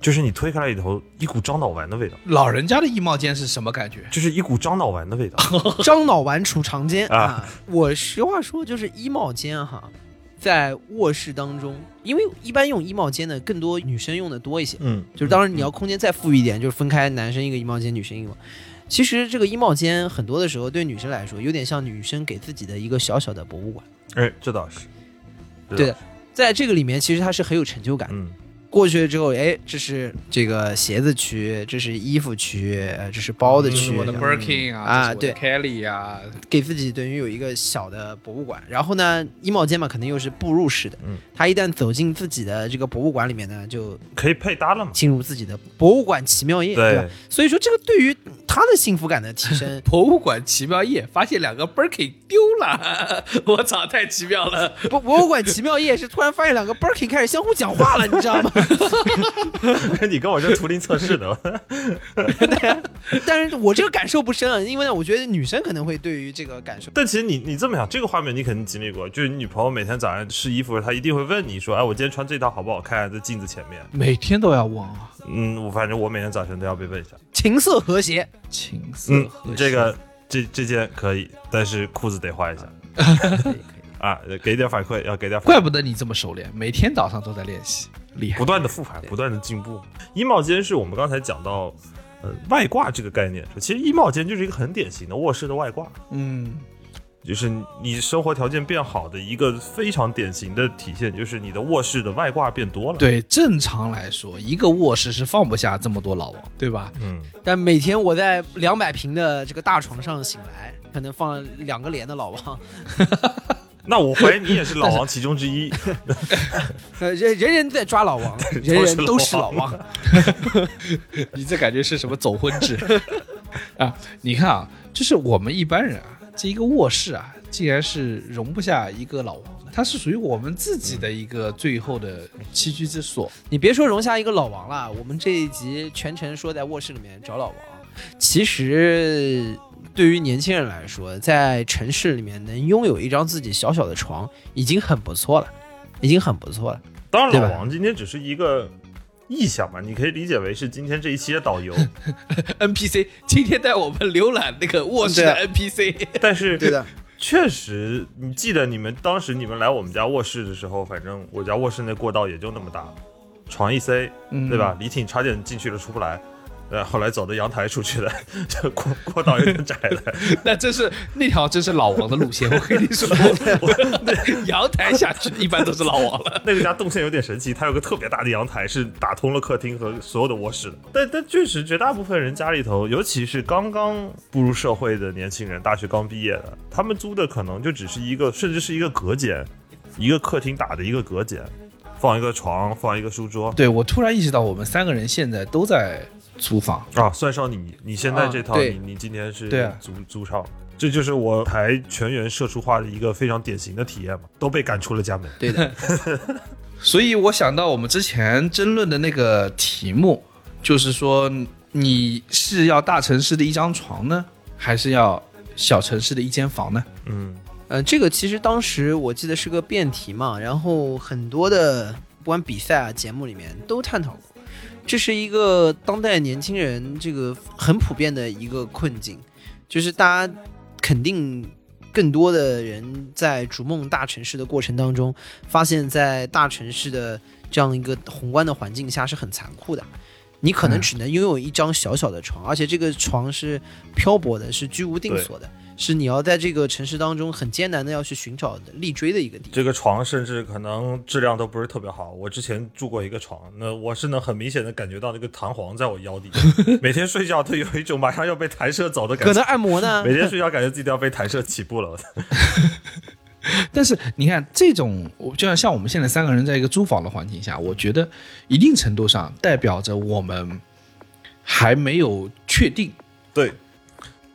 [SPEAKER 4] 就是你推开来以后，一股樟脑丸的味道，
[SPEAKER 2] 老人家的衣帽间是什么感觉？
[SPEAKER 4] 就是一股樟脑丸的味道。
[SPEAKER 3] [laughs] 樟脑丸储藏间
[SPEAKER 4] 啊
[SPEAKER 3] 啊！我实话说，就是衣帽间哈，在卧室当中，因为一般用衣帽间的更多女生用的多一些，
[SPEAKER 4] 嗯，
[SPEAKER 3] 就是当然你要空间再富裕一点，就是分开男生一个衣帽间，女生一个。其实这个衣帽间很多的时候对女生来说，有点像女生给自己的一个小小的博物馆。
[SPEAKER 4] 哎，这倒是，这倒
[SPEAKER 3] 嗯对
[SPEAKER 4] 是
[SPEAKER 3] 的，在这个里面，其实它是很有成就感的。
[SPEAKER 4] 嗯，
[SPEAKER 3] 过去了之后，哎，这是这个鞋子区，这是衣服区，呃这是包的
[SPEAKER 2] 这是
[SPEAKER 3] 区，
[SPEAKER 2] 我的 Birkin 啊，
[SPEAKER 3] 啊
[SPEAKER 2] 这是我的 Kelly 啊，，
[SPEAKER 3] 给自己等于有一个小的博物馆。然后呢，衣帽间嘛，肯定又是步入式的。
[SPEAKER 4] 嗯，
[SPEAKER 3] 他一旦走进自己的这个博物馆里面呢，就
[SPEAKER 4] 可以配搭了嘛？ [laughs]
[SPEAKER 3] 进入自己的博物馆奇妙夜，
[SPEAKER 4] 对
[SPEAKER 3] 吧？所以说，这个对于他的幸福感的提升
[SPEAKER 2] 博物馆奇妙夜发现两个 Birkin 丢了， [laughs] 我操，太奇妙了！
[SPEAKER 3] 博博物馆奇妙夜是突然发现两个 Birkin 开始相互讲话了，你知道吗？
[SPEAKER 4] 你跟我这图灵测试的吧，
[SPEAKER 3] 但是我这个感受不深啊，因为呢，我觉得女生可能会对于这个感受。
[SPEAKER 4] 但其实你你这么想，这个画面你肯定经历过，就是你女朋友每天早上试衣服，她一定会问你说：“哎，我今天穿这套好不好看？”在镜子前面，
[SPEAKER 2] 每天都要问啊，
[SPEAKER 4] 嗯，我反正我每天早晨都要被问一下，
[SPEAKER 3] 情色和谐，
[SPEAKER 2] 情色
[SPEAKER 4] 嗯
[SPEAKER 2] 和谐、，
[SPEAKER 4] 这个这这件可以，但是裤子得换一下啊，给点反馈，要给点反馈，
[SPEAKER 2] 怪不得你这么熟练，每天早上都在练习，厉害
[SPEAKER 4] 不！断的复盘，不断的进步。衣帽间是我们刚才讲到，呃，外挂这个概念，其实衣帽间就是一个很典型的卧室的外挂，
[SPEAKER 2] 嗯，
[SPEAKER 4] 就是你生活条件变好的一个非常典型的体现，就是你的卧室的外挂变多了。，
[SPEAKER 2] 对，正常来说，一个卧室是放不下这么多老王，对吧？
[SPEAKER 4] 嗯。
[SPEAKER 3] 但每天我在两百平的这个大床上醒来，可能放两个连的老王， [laughs]
[SPEAKER 4] 那我怀疑你也是老王其中之一。
[SPEAKER 3] 呃人人人在抓老王，
[SPEAKER 2] [laughs]
[SPEAKER 3] 人人都是老王。
[SPEAKER 2] 你这感觉是什么走婚制啊？你看啊，就是我们一般人啊，这一个卧室啊，竟然是容不下一个老王的，它是属于我们自己的一个最后的栖居之所。
[SPEAKER 3] [laughs] 你别说容下一个老王了，我们这一集全程说在卧室里面找老王。其实，对于年轻人来说，在城市里面能拥有一张自己小小的床，已经很不错了，已经很不错了。
[SPEAKER 4] 当然，
[SPEAKER 3] 对吧
[SPEAKER 4] 老王今天只是一个意向嘛，你可以理解为是今天这一期的导游。
[SPEAKER 2] NPC 今天带我们浏览那个卧室的 NPC，
[SPEAKER 4] 但是，
[SPEAKER 3] 对的，
[SPEAKER 4] 确实，你记得你们当时你们来我们家卧室的时候，反正我家卧室那过道也就那么大，床一塞，
[SPEAKER 2] 嗯
[SPEAKER 4] 对吧？李挺差点进去了出不来。呃，后来走到阳台出去的， [laughs] 这过过道有点窄了。
[SPEAKER 2] 那真是那条真是老王的路线，我跟你说，阳台下去一般都是老王了。
[SPEAKER 4] 那个家动线有点神奇，它有个特别大的阳台，是打通了客厅和所有的卧室的。但但确实，绝大部分人家里头，尤其是刚刚步入社会的年轻人，大学刚毕业的，他们租的可能就只是一个，甚至是一个隔间，一个客厅打的一个隔间，放一个床，放一个书桌。
[SPEAKER 2] 对我突然意识到，我们三个人现在都在租房，
[SPEAKER 4] 啊，算上你，你现在这套，
[SPEAKER 3] 啊对
[SPEAKER 4] 你你今天是
[SPEAKER 2] 对啊
[SPEAKER 4] 租租上，这就是我台全员社畜化的一个非常典型的体验嘛，都被赶出了家门。
[SPEAKER 3] 对的，
[SPEAKER 2] 所以我想到我们之前争论的那个题目，就是说你是要大城市的一张床呢，还是要小城市的一间房呢？
[SPEAKER 4] 嗯，
[SPEAKER 3] 呃，这个其实当时我记得是个辩题嘛，然后很多的不管比赛啊、节目里面都探讨过，这是一个当代年轻人这个很普遍的一个困境，就是大家肯定更多的人在逐梦大城市的过程当中，发现在大城市的这样一个宏观的环境下是很残酷的。你可能
[SPEAKER 2] 嗯
[SPEAKER 3] 只能拥有一张小小的床，而且这个床是漂泊的，是居无定
[SPEAKER 4] 对
[SPEAKER 3] 所的。是你要在这个城市当中很艰难的要去寻找的立锥的一个地方。
[SPEAKER 4] 这个床甚至可能质量都不是特别好。我之前住过一个床，那我是能很明显的感觉到那个弹簧在我腰底下，每天睡觉都有一种马上要被弹射走的感
[SPEAKER 3] 搁那
[SPEAKER 4] 觉。
[SPEAKER 3] 按摩呢
[SPEAKER 4] 每？天睡觉感觉自己都要被弹射起步了，
[SPEAKER 2] 但是你看，这种我就像像我们现在三个人在一个租房的环境下，我觉得一定程度上代表着我们还没有确定。
[SPEAKER 4] 对，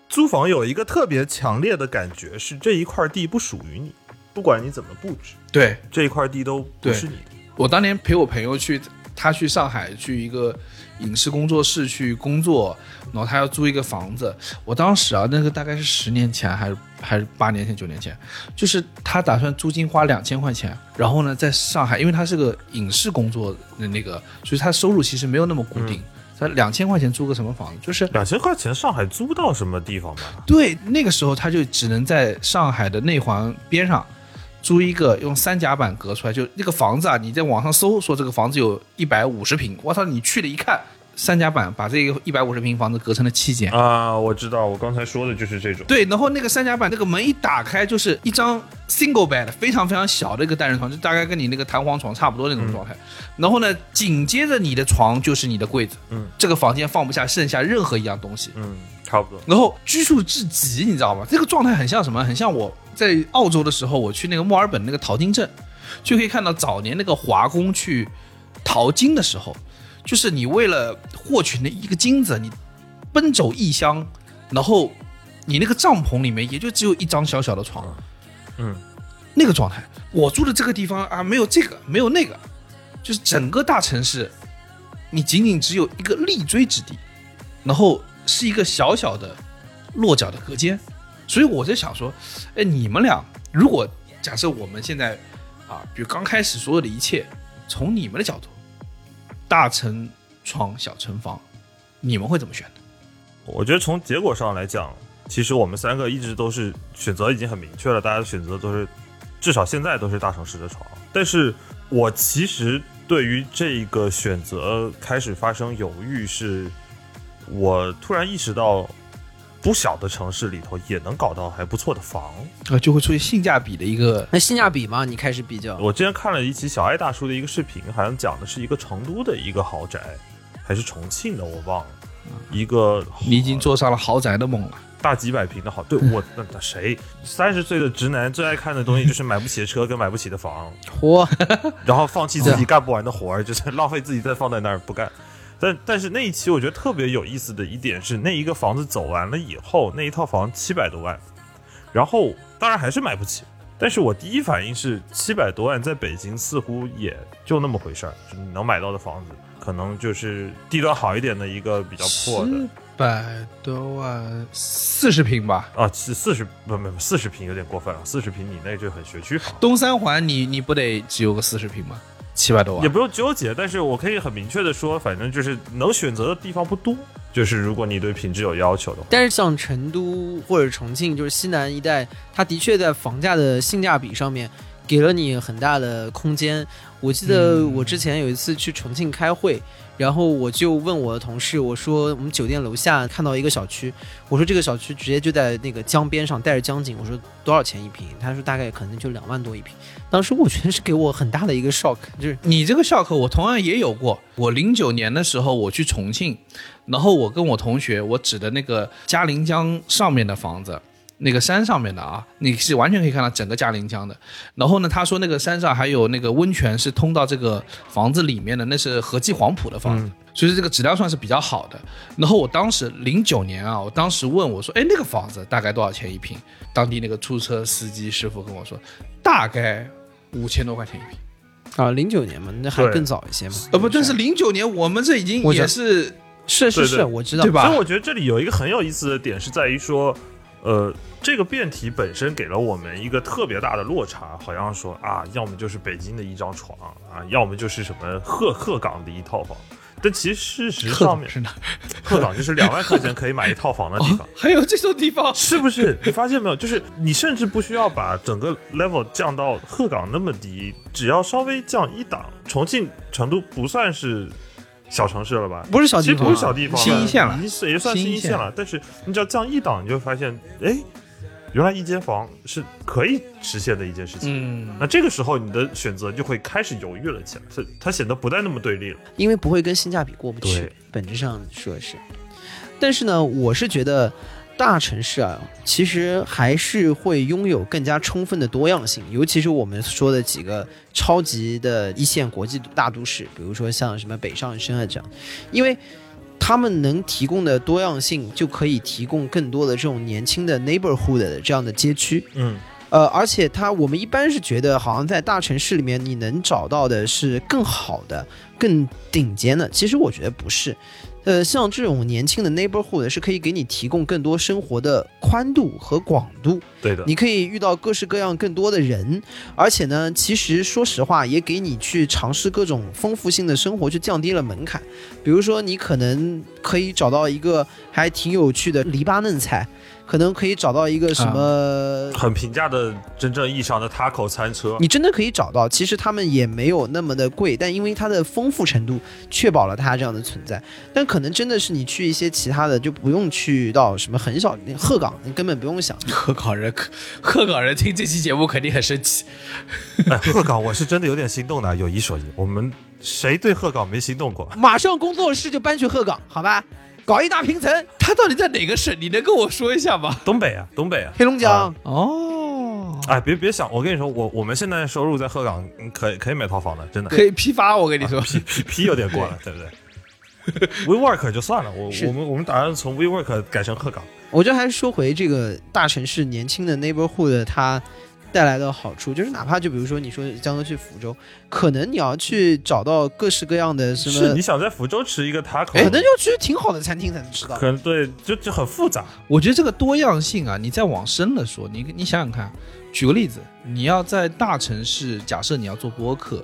[SPEAKER 4] 租房有一个特别强烈的感觉是这一块地不属于你，不管你怎么布置，
[SPEAKER 2] 对
[SPEAKER 4] 这一块地都不是你的。
[SPEAKER 2] 我当年陪我朋友去，他去上海去一个影视工作室去工作，然后他要租一个房子。我当时啊，那个大概是十年前还是还是八年前九年前，就是他打算租金花两千块钱，然后呢在上海，因为他是个影视工作的那个，所以他收入其实没有那么固定。他两千块钱租个什么房子？就是
[SPEAKER 4] 两千块钱上海租不到什么地方吧？
[SPEAKER 2] 对，那个时候他就只能在上海的内环边上租一个用三甲板隔出来，就那个房子啊，你在网上搜说这个房子有一百五十平，我操，你去了一看，三甲板把这个一百五十平房子隔成了七间。
[SPEAKER 4] 啊，我知道，我刚才说的就是这种。
[SPEAKER 2] 对，然后那个三甲板那个门一打开，就是一张 single bed，非常非常小的一个单人床，就大概跟你那个弹簧床差不多那种状态。然后呢，紧接着你的床就是你的柜子，
[SPEAKER 4] 嗯，
[SPEAKER 2] 这个房间放不下剩下任何一样东西，
[SPEAKER 4] 嗯，差不多。
[SPEAKER 2] 然后拘束至极，你知道吗？这个状态很像什么？很像我在澳洲的时候，我去那个墨尔本那个淘金镇，就可以看到早年那个华工去淘金的时候，就是你为了获取那一个金子，你奔走异乡，然后你那个帐篷里面也就只有一张小小的床，
[SPEAKER 4] 嗯，
[SPEAKER 2] 那个状态。我住的这个地方啊，没有这个，没有那个，就是整个大城市，你仅仅只有一个立锥之地，然后是一个小小的落脚的隔间。所以我在想说，哎，你们俩如果假设我们现在啊，比如刚开始所有的一切，从你们的角度，大城床、小城房，你们会怎么选呢？
[SPEAKER 4] 我觉得从结果上来讲，其实我们三个一直都是选择已经很明确了，大家选择都是至少现在都是大城市的床。但是我其实对于这个选择开始发生犹豫是，我突然意识到，不小的城市里头也能搞到还不错的房。
[SPEAKER 2] 啊，就会出现性价比的一个
[SPEAKER 3] 那性价比嘛，你开始比较。
[SPEAKER 4] 我之前看了一期小爱大叔的一个视频，好像讲的是一个成都的一个豪宅，还是重庆的，我忘了。一个
[SPEAKER 2] 你已经坐上了豪宅的梦了。
[SPEAKER 4] 大几百平的好，对我那那谁，三十岁的直男最爱看的东西就是买不起的车跟买不起的房，
[SPEAKER 3] 嚯，
[SPEAKER 4] 然后放弃自己干不完的活儿， [laughs] 就是浪费自己再放在那儿不干。但但是那一期我觉得特别有意思的一点是，那一个房子走完了以后，那一套房七百多万，然后当然还是买不起。但是我第一反应是，七百多万在北京似乎也就那么回事儿，就你能买到的房子，可能就是地段好一点的一个比较破的
[SPEAKER 2] 七百多万，四十平吧。
[SPEAKER 4] 啊，四四十不不不四十平有点过分了，啊四十平以内就很学区房。
[SPEAKER 2] 东三环你你不得只有个四十平吗？七百多
[SPEAKER 3] 啊
[SPEAKER 4] 也
[SPEAKER 2] 万。
[SPEAKER 4] 不用纠结，但是我可以很明确的说，反正就是能选择的地方不多。就是如果你对品质有要求的话，
[SPEAKER 3] 但是像成都或者重庆，就是西南一带，它的确在房价的性价比上面给了你很大的空间。我记得我之前有一次去重庆开会，然后我就问我的同事，我说我们酒店楼下看到一个小区，我说这个小区直接就在那个江边上，带着江景，我说多少钱一平？他说大概可能就两万多一平。当时我觉得是给我很大的一个 shock，就是
[SPEAKER 2] 你这个笑课我同样也有过。我零九年的时候我去重庆，然后我跟我同学，我指的那个嘉陵江上面的房子，那个山上面的啊，你是完全可以看到整个嘉陵江的。然后呢，他说那个山上还有那个温泉是通到这个房子里面的，那是和记黄埔的房子，所以这个质量算是比较好的。然后我当时零九年啊，我当时问我说，哎，那个房子大概多少钱一平？当地那个出租车司机师傅跟我说，大概五千多块钱一平。
[SPEAKER 3] 啊，零九年嘛，那还
[SPEAKER 4] 对
[SPEAKER 3] 更早一些嘛。
[SPEAKER 2] 呃不，但是零九年我们这已经
[SPEAKER 3] 我
[SPEAKER 2] 也
[SPEAKER 3] 想
[SPEAKER 2] 是
[SPEAKER 3] 是是
[SPEAKER 4] 对
[SPEAKER 3] 是，
[SPEAKER 4] 对
[SPEAKER 3] 我知道，
[SPEAKER 2] 对吧
[SPEAKER 4] 所以我觉得这里有一个很有意思的点是在于说，呃，这个辩题本身给了我们一个特别大的落差，好像说啊，要么就是北京的一张床啊，要么就是什么鹤鹤岗的一套房。但其实事实上面，
[SPEAKER 2] 是哪？，
[SPEAKER 4] 鹤岗就是两万块钱可以买一套房的地方
[SPEAKER 2] 还有这种地方，
[SPEAKER 4] 是不是？你发现没有？就是你甚至不需要把整个 level 降到鹤岗那么低，只要稍微降一档，重庆、成都不算是小城市了吧？
[SPEAKER 3] 不是小
[SPEAKER 4] 其实
[SPEAKER 3] 地方啊，
[SPEAKER 4] 不是小地方了，
[SPEAKER 2] 新一线了
[SPEAKER 4] 已经也算
[SPEAKER 2] 新
[SPEAKER 4] 新
[SPEAKER 2] 一
[SPEAKER 4] 一
[SPEAKER 2] 线
[SPEAKER 4] 线了。但是你只要降一档，你就会发现，哎，原来一间房是可以实现的一件事情。
[SPEAKER 2] 嗯，
[SPEAKER 4] 那这个时候，你的选择就会开始犹豫了起来，它它显得不再那么对立了。
[SPEAKER 3] 因为不会跟性价比过不去
[SPEAKER 4] 对，
[SPEAKER 3] 本质上说是。但是呢，我是觉得大城市啊，其实还是会拥有更加充分的多样性，尤其是我们说的几个超级的一线国际大都市，比如说像什么北上深啊这样，因为。他们能提供的多样性，就可以提供更多的这种年轻的 neighborhood 的这样的街区，
[SPEAKER 4] 嗯，
[SPEAKER 3] 呃，而且它我们一般是觉得，好像在大城市里面你能找到的是更好的、更顶尖的。其实我觉得不是，呃，像这种年轻的 neighborhood 是可以给你提供更多生活的宽度和广度。
[SPEAKER 4] 对的。
[SPEAKER 3] 你可以遇到各式各样更多的人，而且呢，其实说实话，也给你去尝试各种丰富性的生活，去降低了门槛。比如说，你可能可以找到一个还挺有趣的黎巴嫩菜，可能可以找到一个什么。
[SPEAKER 4] 很平价的，真正意义上的 taco 餐车，
[SPEAKER 3] 你真的可以找到，其实他们也没有那么的贵，但因为它的丰富程度确保了它这样的存在。但可能真的是你去一些其他的，就不用去到什么很小鹤岗，你根本不用想。
[SPEAKER 2] 鹤岗人，鹤岗人听这期节目肯定很生气。
[SPEAKER 4] [laughs] 哎，鹤岗我是真的有点心动的。有一说一，我们谁对鹤岗没心动过？
[SPEAKER 3] 马上工作室就搬去鹤岗，好吧？搞一大平层，
[SPEAKER 2] 他到底在哪个省？你能跟我说一下吗？
[SPEAKER 4] 东北啊，东北啊，
[SPEAKER 3] [laughs] 黑龙江
[SPEAKER 4] 啊。
[SPEAKER 2] 哦，
[SPEAKER 4] 哎，别别想，我跟你说，我我们现在收入在鹤岗，嗯可以可以买套房的，真的。
[SPEAKER 2] [laughs] 可以啊批发，我跟你说，
[SPEAKER 4] [laughs] 皮皮有点过 [laughs] 了，对不对？WeWork 就算了，我
[SPEAKER 3] 是
[SPEAKER 4] 我们我们打算从 WeWork 改成鹤岗。
[SPEAKER 3] 我觉得还是说回这个大城市年轻的 neighborhood 它带来的好处，就是哪怕就比如说你说江哥去福州，可能你要去找到各式各样的什
[SPEAKER 4] 是哎
[SPEAKER 3] 么哎
[SPEAKER 4] 你，想在福州吃一个 taco，
[SPEAKER 3] 可能就去挺好的餐厅才能吃到。
[SPEAKER 4] 可能对，就就很复杂。
[SPEAKER 2] 我觉得这个多样性啊，你再往深了说，你你想想看，举个例子，你要在大城市，假设你要做播客，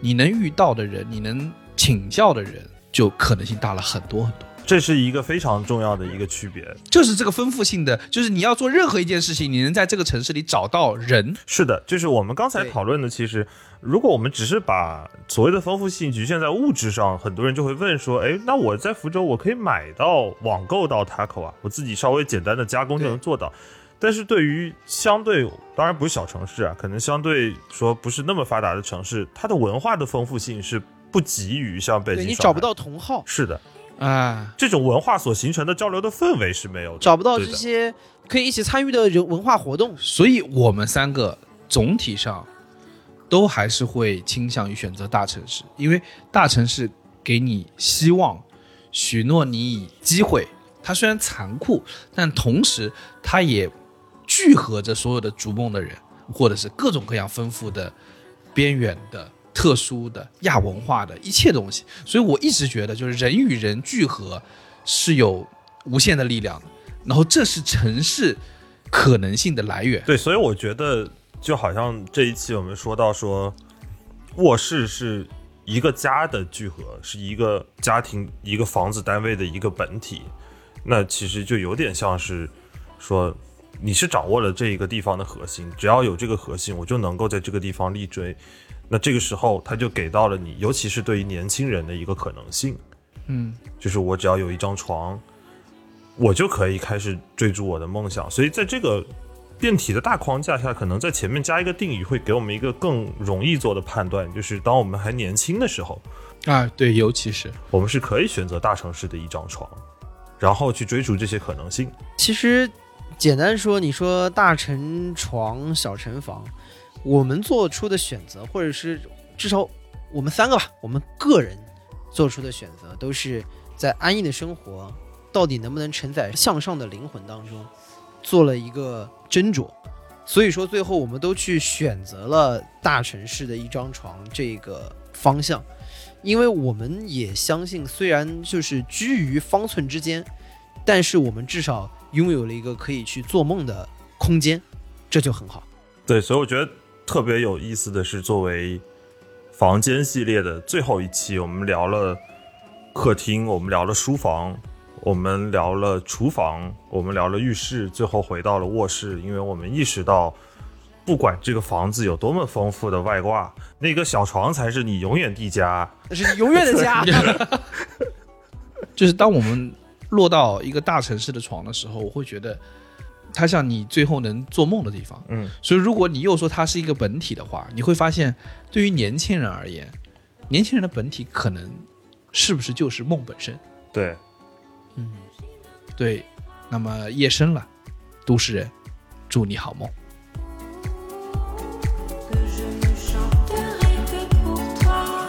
[SPEAKER 2] 你能遇到的人，你能请教的人，就可能性大了很多很多。
[SPEAKER 4] 这是一个非常重要的一个区别。
[SPEAKER 2] 就是这个丰富性的，就是你要做任何一件事情，你能在这个城市里找到人，
[SPEAKER 4] 是的，就是我们刚才
[SPEAKER 3] 对
[SPEAKER 4] 讨论的，其实如果我们只是把所谓的丰富性局限在物质上，很多人就会问说，哎，那我在福州我可以买到网购到 taco 啊，我自己稍微简单的加工就能做到。但是对于相对，当然不是小城市啊，可能相对说不是那么发达的城市，它的文化的丰富性是不及于像北
[SPEAKER 3] 对
[SPEAKER 4] 京、
[SPEAKER 3] 你
[SPEAKER 4] 上
[SPEAKER 3] 找不
[SPEAKER 4] 海。
[SPEAKER 3] 到同好，
[SPEAKER 4] 是的，
[SPEAKER 2] 啊，
[SPEAKER 4] 这种文化所形成的交流的氛围是没有的，
[SPEAKER 3] 找不到
[SPEAKER 4] 对
[SPEAKER 3] 这
[SPEAKER 4] 的
[SPEAKER 3] 些可以一起参与的人文化活动。
[SPEAKER 2] 所以我们三个总体上都还是会倾向于选择大城市，因为大城市给你希望，许诺你以机会。它虽然残酷，但同时它也聚合着所有的逐梦的人，或者是各种各样丰富的、边缘的、特殊的、亚文化的一切东西。所以我一直觉得，就是人与人聚合是有无限的力量的，然后这是城市可能性的来源。
[SPEAKER 4] 对，所以我觉得就好像这一期我们说到说，卧室是一个家的聚合，是一个家庭、一个房子单位的一个本体。那其实就有点像是说，你是掌握了这一个地方的核心，只要有这个核心，我就能够在这个地方立锥。那这个时候，他就给到了你，尤其是对于年轻人的一个可能性。
[SPEAKER 2] 嗯，
[SPEAKER 4] 就是我只要有一张床，我就可以开始追逐我的梦想。所以在这个变体的大框架下，可能在前面加一个定语，会给我们一个更容易做的判断，就是当我们还年轻的时候，
[SPEAKER 2] 啊，对，尤其是
[SPEAKER 4] 我们是可以选择大城市的一张床，然后去追逐这些可能性。
[SPEAKER 3] 其实简单说，你说大成床、小成房，我们做出的选择，或者是至少我们三个吧，我们个人做出的选择，都是在安逸的生活到底能不能承载向上的灵魂当中，做了一个斟酌。所以说最后我们都去选择了大城市的一张床这个方向，因为我们也相信，虽然就是居于方寸之间，但是我们至少拥有了一个可以去做梦的空间，这就 [laughs] 很好。
[SPEAKER 4] 对，所以我觉得特别有意思的是，作为房间系列的最后一期，我们聊了客厅，我们聊了书房，我们聊了厨房，我们聊了浴室，最后回到了卧室，因为我们意识到。不管这个房子有多么丰富的外挂，那个小床才是你永远的家。
[SPEAKER 3] 那是永远的 [laughs] 家。
[SPEAKER 2] 就是当我们落到一个大城市的床的时候，我会觉得它像你最后能做梦的地方。
[SPEAKER 4] 嗯，
[SPEAKER 2] 所以如果你又说它是一个本体的话，你会发现，对于年轻人而言，年轻人的本体可能是不是就是梦本身？
[SPEAKER 4] 对，
[SPEAKER 2] 对，那么夜深了，都市人，祝你好梦。
[SPEAKER 5] Que je ne chanterai que pour toi.